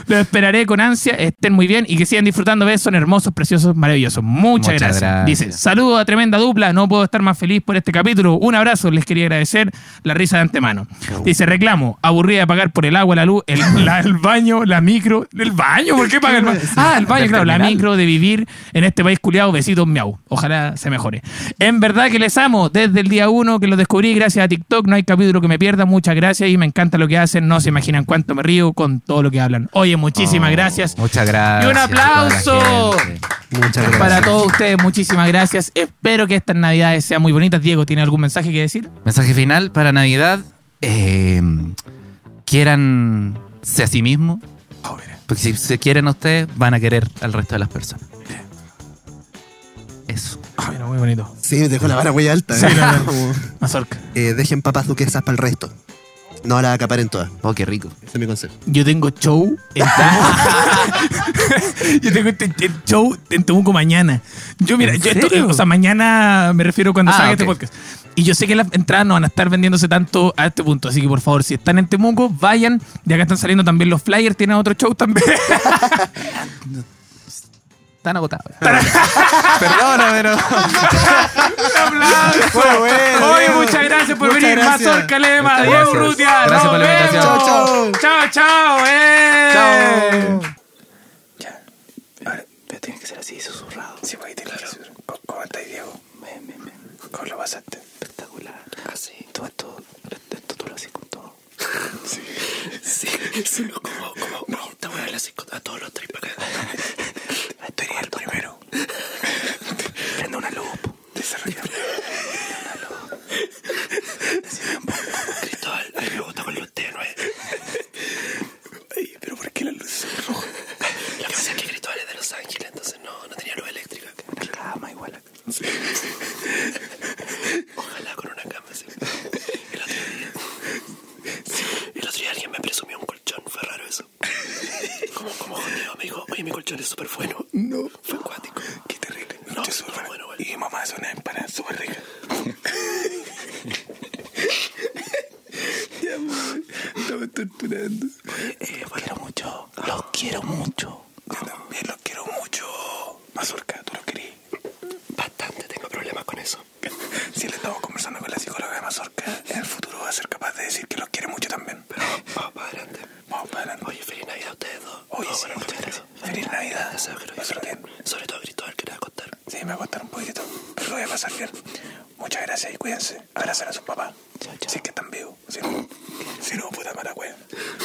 A: Lo esperaré con ansia, estén muy bien y que sigan disfrutando de son hermosos, preciosos, maravillosos. Muchas,
B: Muchas
A: gracias.
B: gracias.
A: Dice, saludo a tremenda dupla, no puedo estar más feliz por este capítulo. Un abrazo, les quería agradecer la risa de antemano. Dice, reclamo, aburrida de pagar por el agua, la luz, el, la- el baño, la micro, el baño, ¿por qué paga el baño? Ah, el baño,
B: Del
A: claro, la
B: terminal.
A: micro de vivir en este país culiado, besitos, miau. Ojalá se mejore. En verdad que les amo, desde el día uno que los descubrí, gracias a TikTok, no hay capítulo que me pierda, muchas gracias y me encanta lo que hacen, no se imaginan cuánto me río con todo lo que hablan. Oye, muchísimas
B: Oh,
A: gracias.
B: Muchas gracias.
A: Y un
B: a toda la
A: aplauso.
B: gente.
C: Muchas gracias.
A: Para todos ustedes, muchísimas gracias. Espero que estas navidades sean muy bonitas. Diego, ¿tiene algún mensaje que decir?
B: Mensaje final para Navidad. eh, quieran a sí mismos. Porque si se quieren a ustedes, van a querer al resto de las personas. Eso.
A: Ay, no, Ah, muy bonito.
C: Sí, dejó la vara muy alta. ¿eh?
A: Sí, no, no.
C: Como,
A: Mazorca.
C: eh, dejen papas duquesas para el resto. No las acaparen todas.
B: Oh, qué rico.
C: Ese es mi consejo.
A: Yo tengo show en Temuco. yo tengo este- el show en Temuco mañana. Yo, mira,
B: ¿En
A: yo esto-
B: serio?
A: o sea, mañana me refiero cuando
B: Ah,
A: salga
B: ok.
A: este podcast. Y yo sé que las entradas no van a estar vendiéndose tanto a este punto. Así que, por favor, si están en Temuco, vayan. De acá están saliendo también los flyers. Tienen otro show también.
B: Están agotados. Perdona, pero.
A: Oye, muchas gracias por
C: Muchas
A: venir.
C: gracias.
A: Mazorca Lema,
B: Muchas
A: Diego
B: gracias.
A: Rutia.
B: Gracias por la
A: Chao,
B: invitación.
A: chao.
C: Chao,
A: Chao, eh.
B: Chao.
D: Ya. Ahora, pero tiene que ser así, susurrado. Sí, porque tiene que ser. ¿Cómo, cómo estás, Diego? Me, me, me. ¿Cómo lo pasaste? Espectacular. Así. Todo esto, esto tú lo haces con todo. Sí. Sí. sí. ¿Cómo, cómo? No, esta weá la haces con a todos los tres para acá. Estoy el primero. Prende una luz. po. Desarrolla. Prende una luz. Cristóbal, a mí me gusta con los tenue. Ay, pero ¿por qué la luz es roja? Lo que pasa es que Cristóbal es de Los Ángeles, entonces no, no tenía luz eléctrica. Una cama igual. Ojalá con una cama así. El otro día. El otro día alguien me presumió un colchón, fue raro eso. Como, como jodido, me dijo, oye, mi colchón es súper bueno. No. Fue acuático. Qué terrible. No, es súper bueno, bueno. Y mamá es una empanada súper rica. Eh, quiero mucho. Los quiero mucho. Yo también los quiero mucho. Mazurka, tú lo querís. Bastante tengo problemas con eso. Si le estamos conversando con la psicóloga de Mazorca, en el futuro va a ser capaz de decir que los quiere mucho también. Pero vamos para adelante. Vamos para adelante. Oye, feliz Navidad a ustedes dos. Oye, sí, muchas gracias. Feliz Navidad. Deseo que lo disfruten. Sobre todo a Cristóbal, que te va a contar. Sí, me va a contar un poquito, pero lo voy a pasar bien. Muchas gracias y cuídense. Abrazar a sus papás. Si es que están vivos. Si no, si no puta mala wea.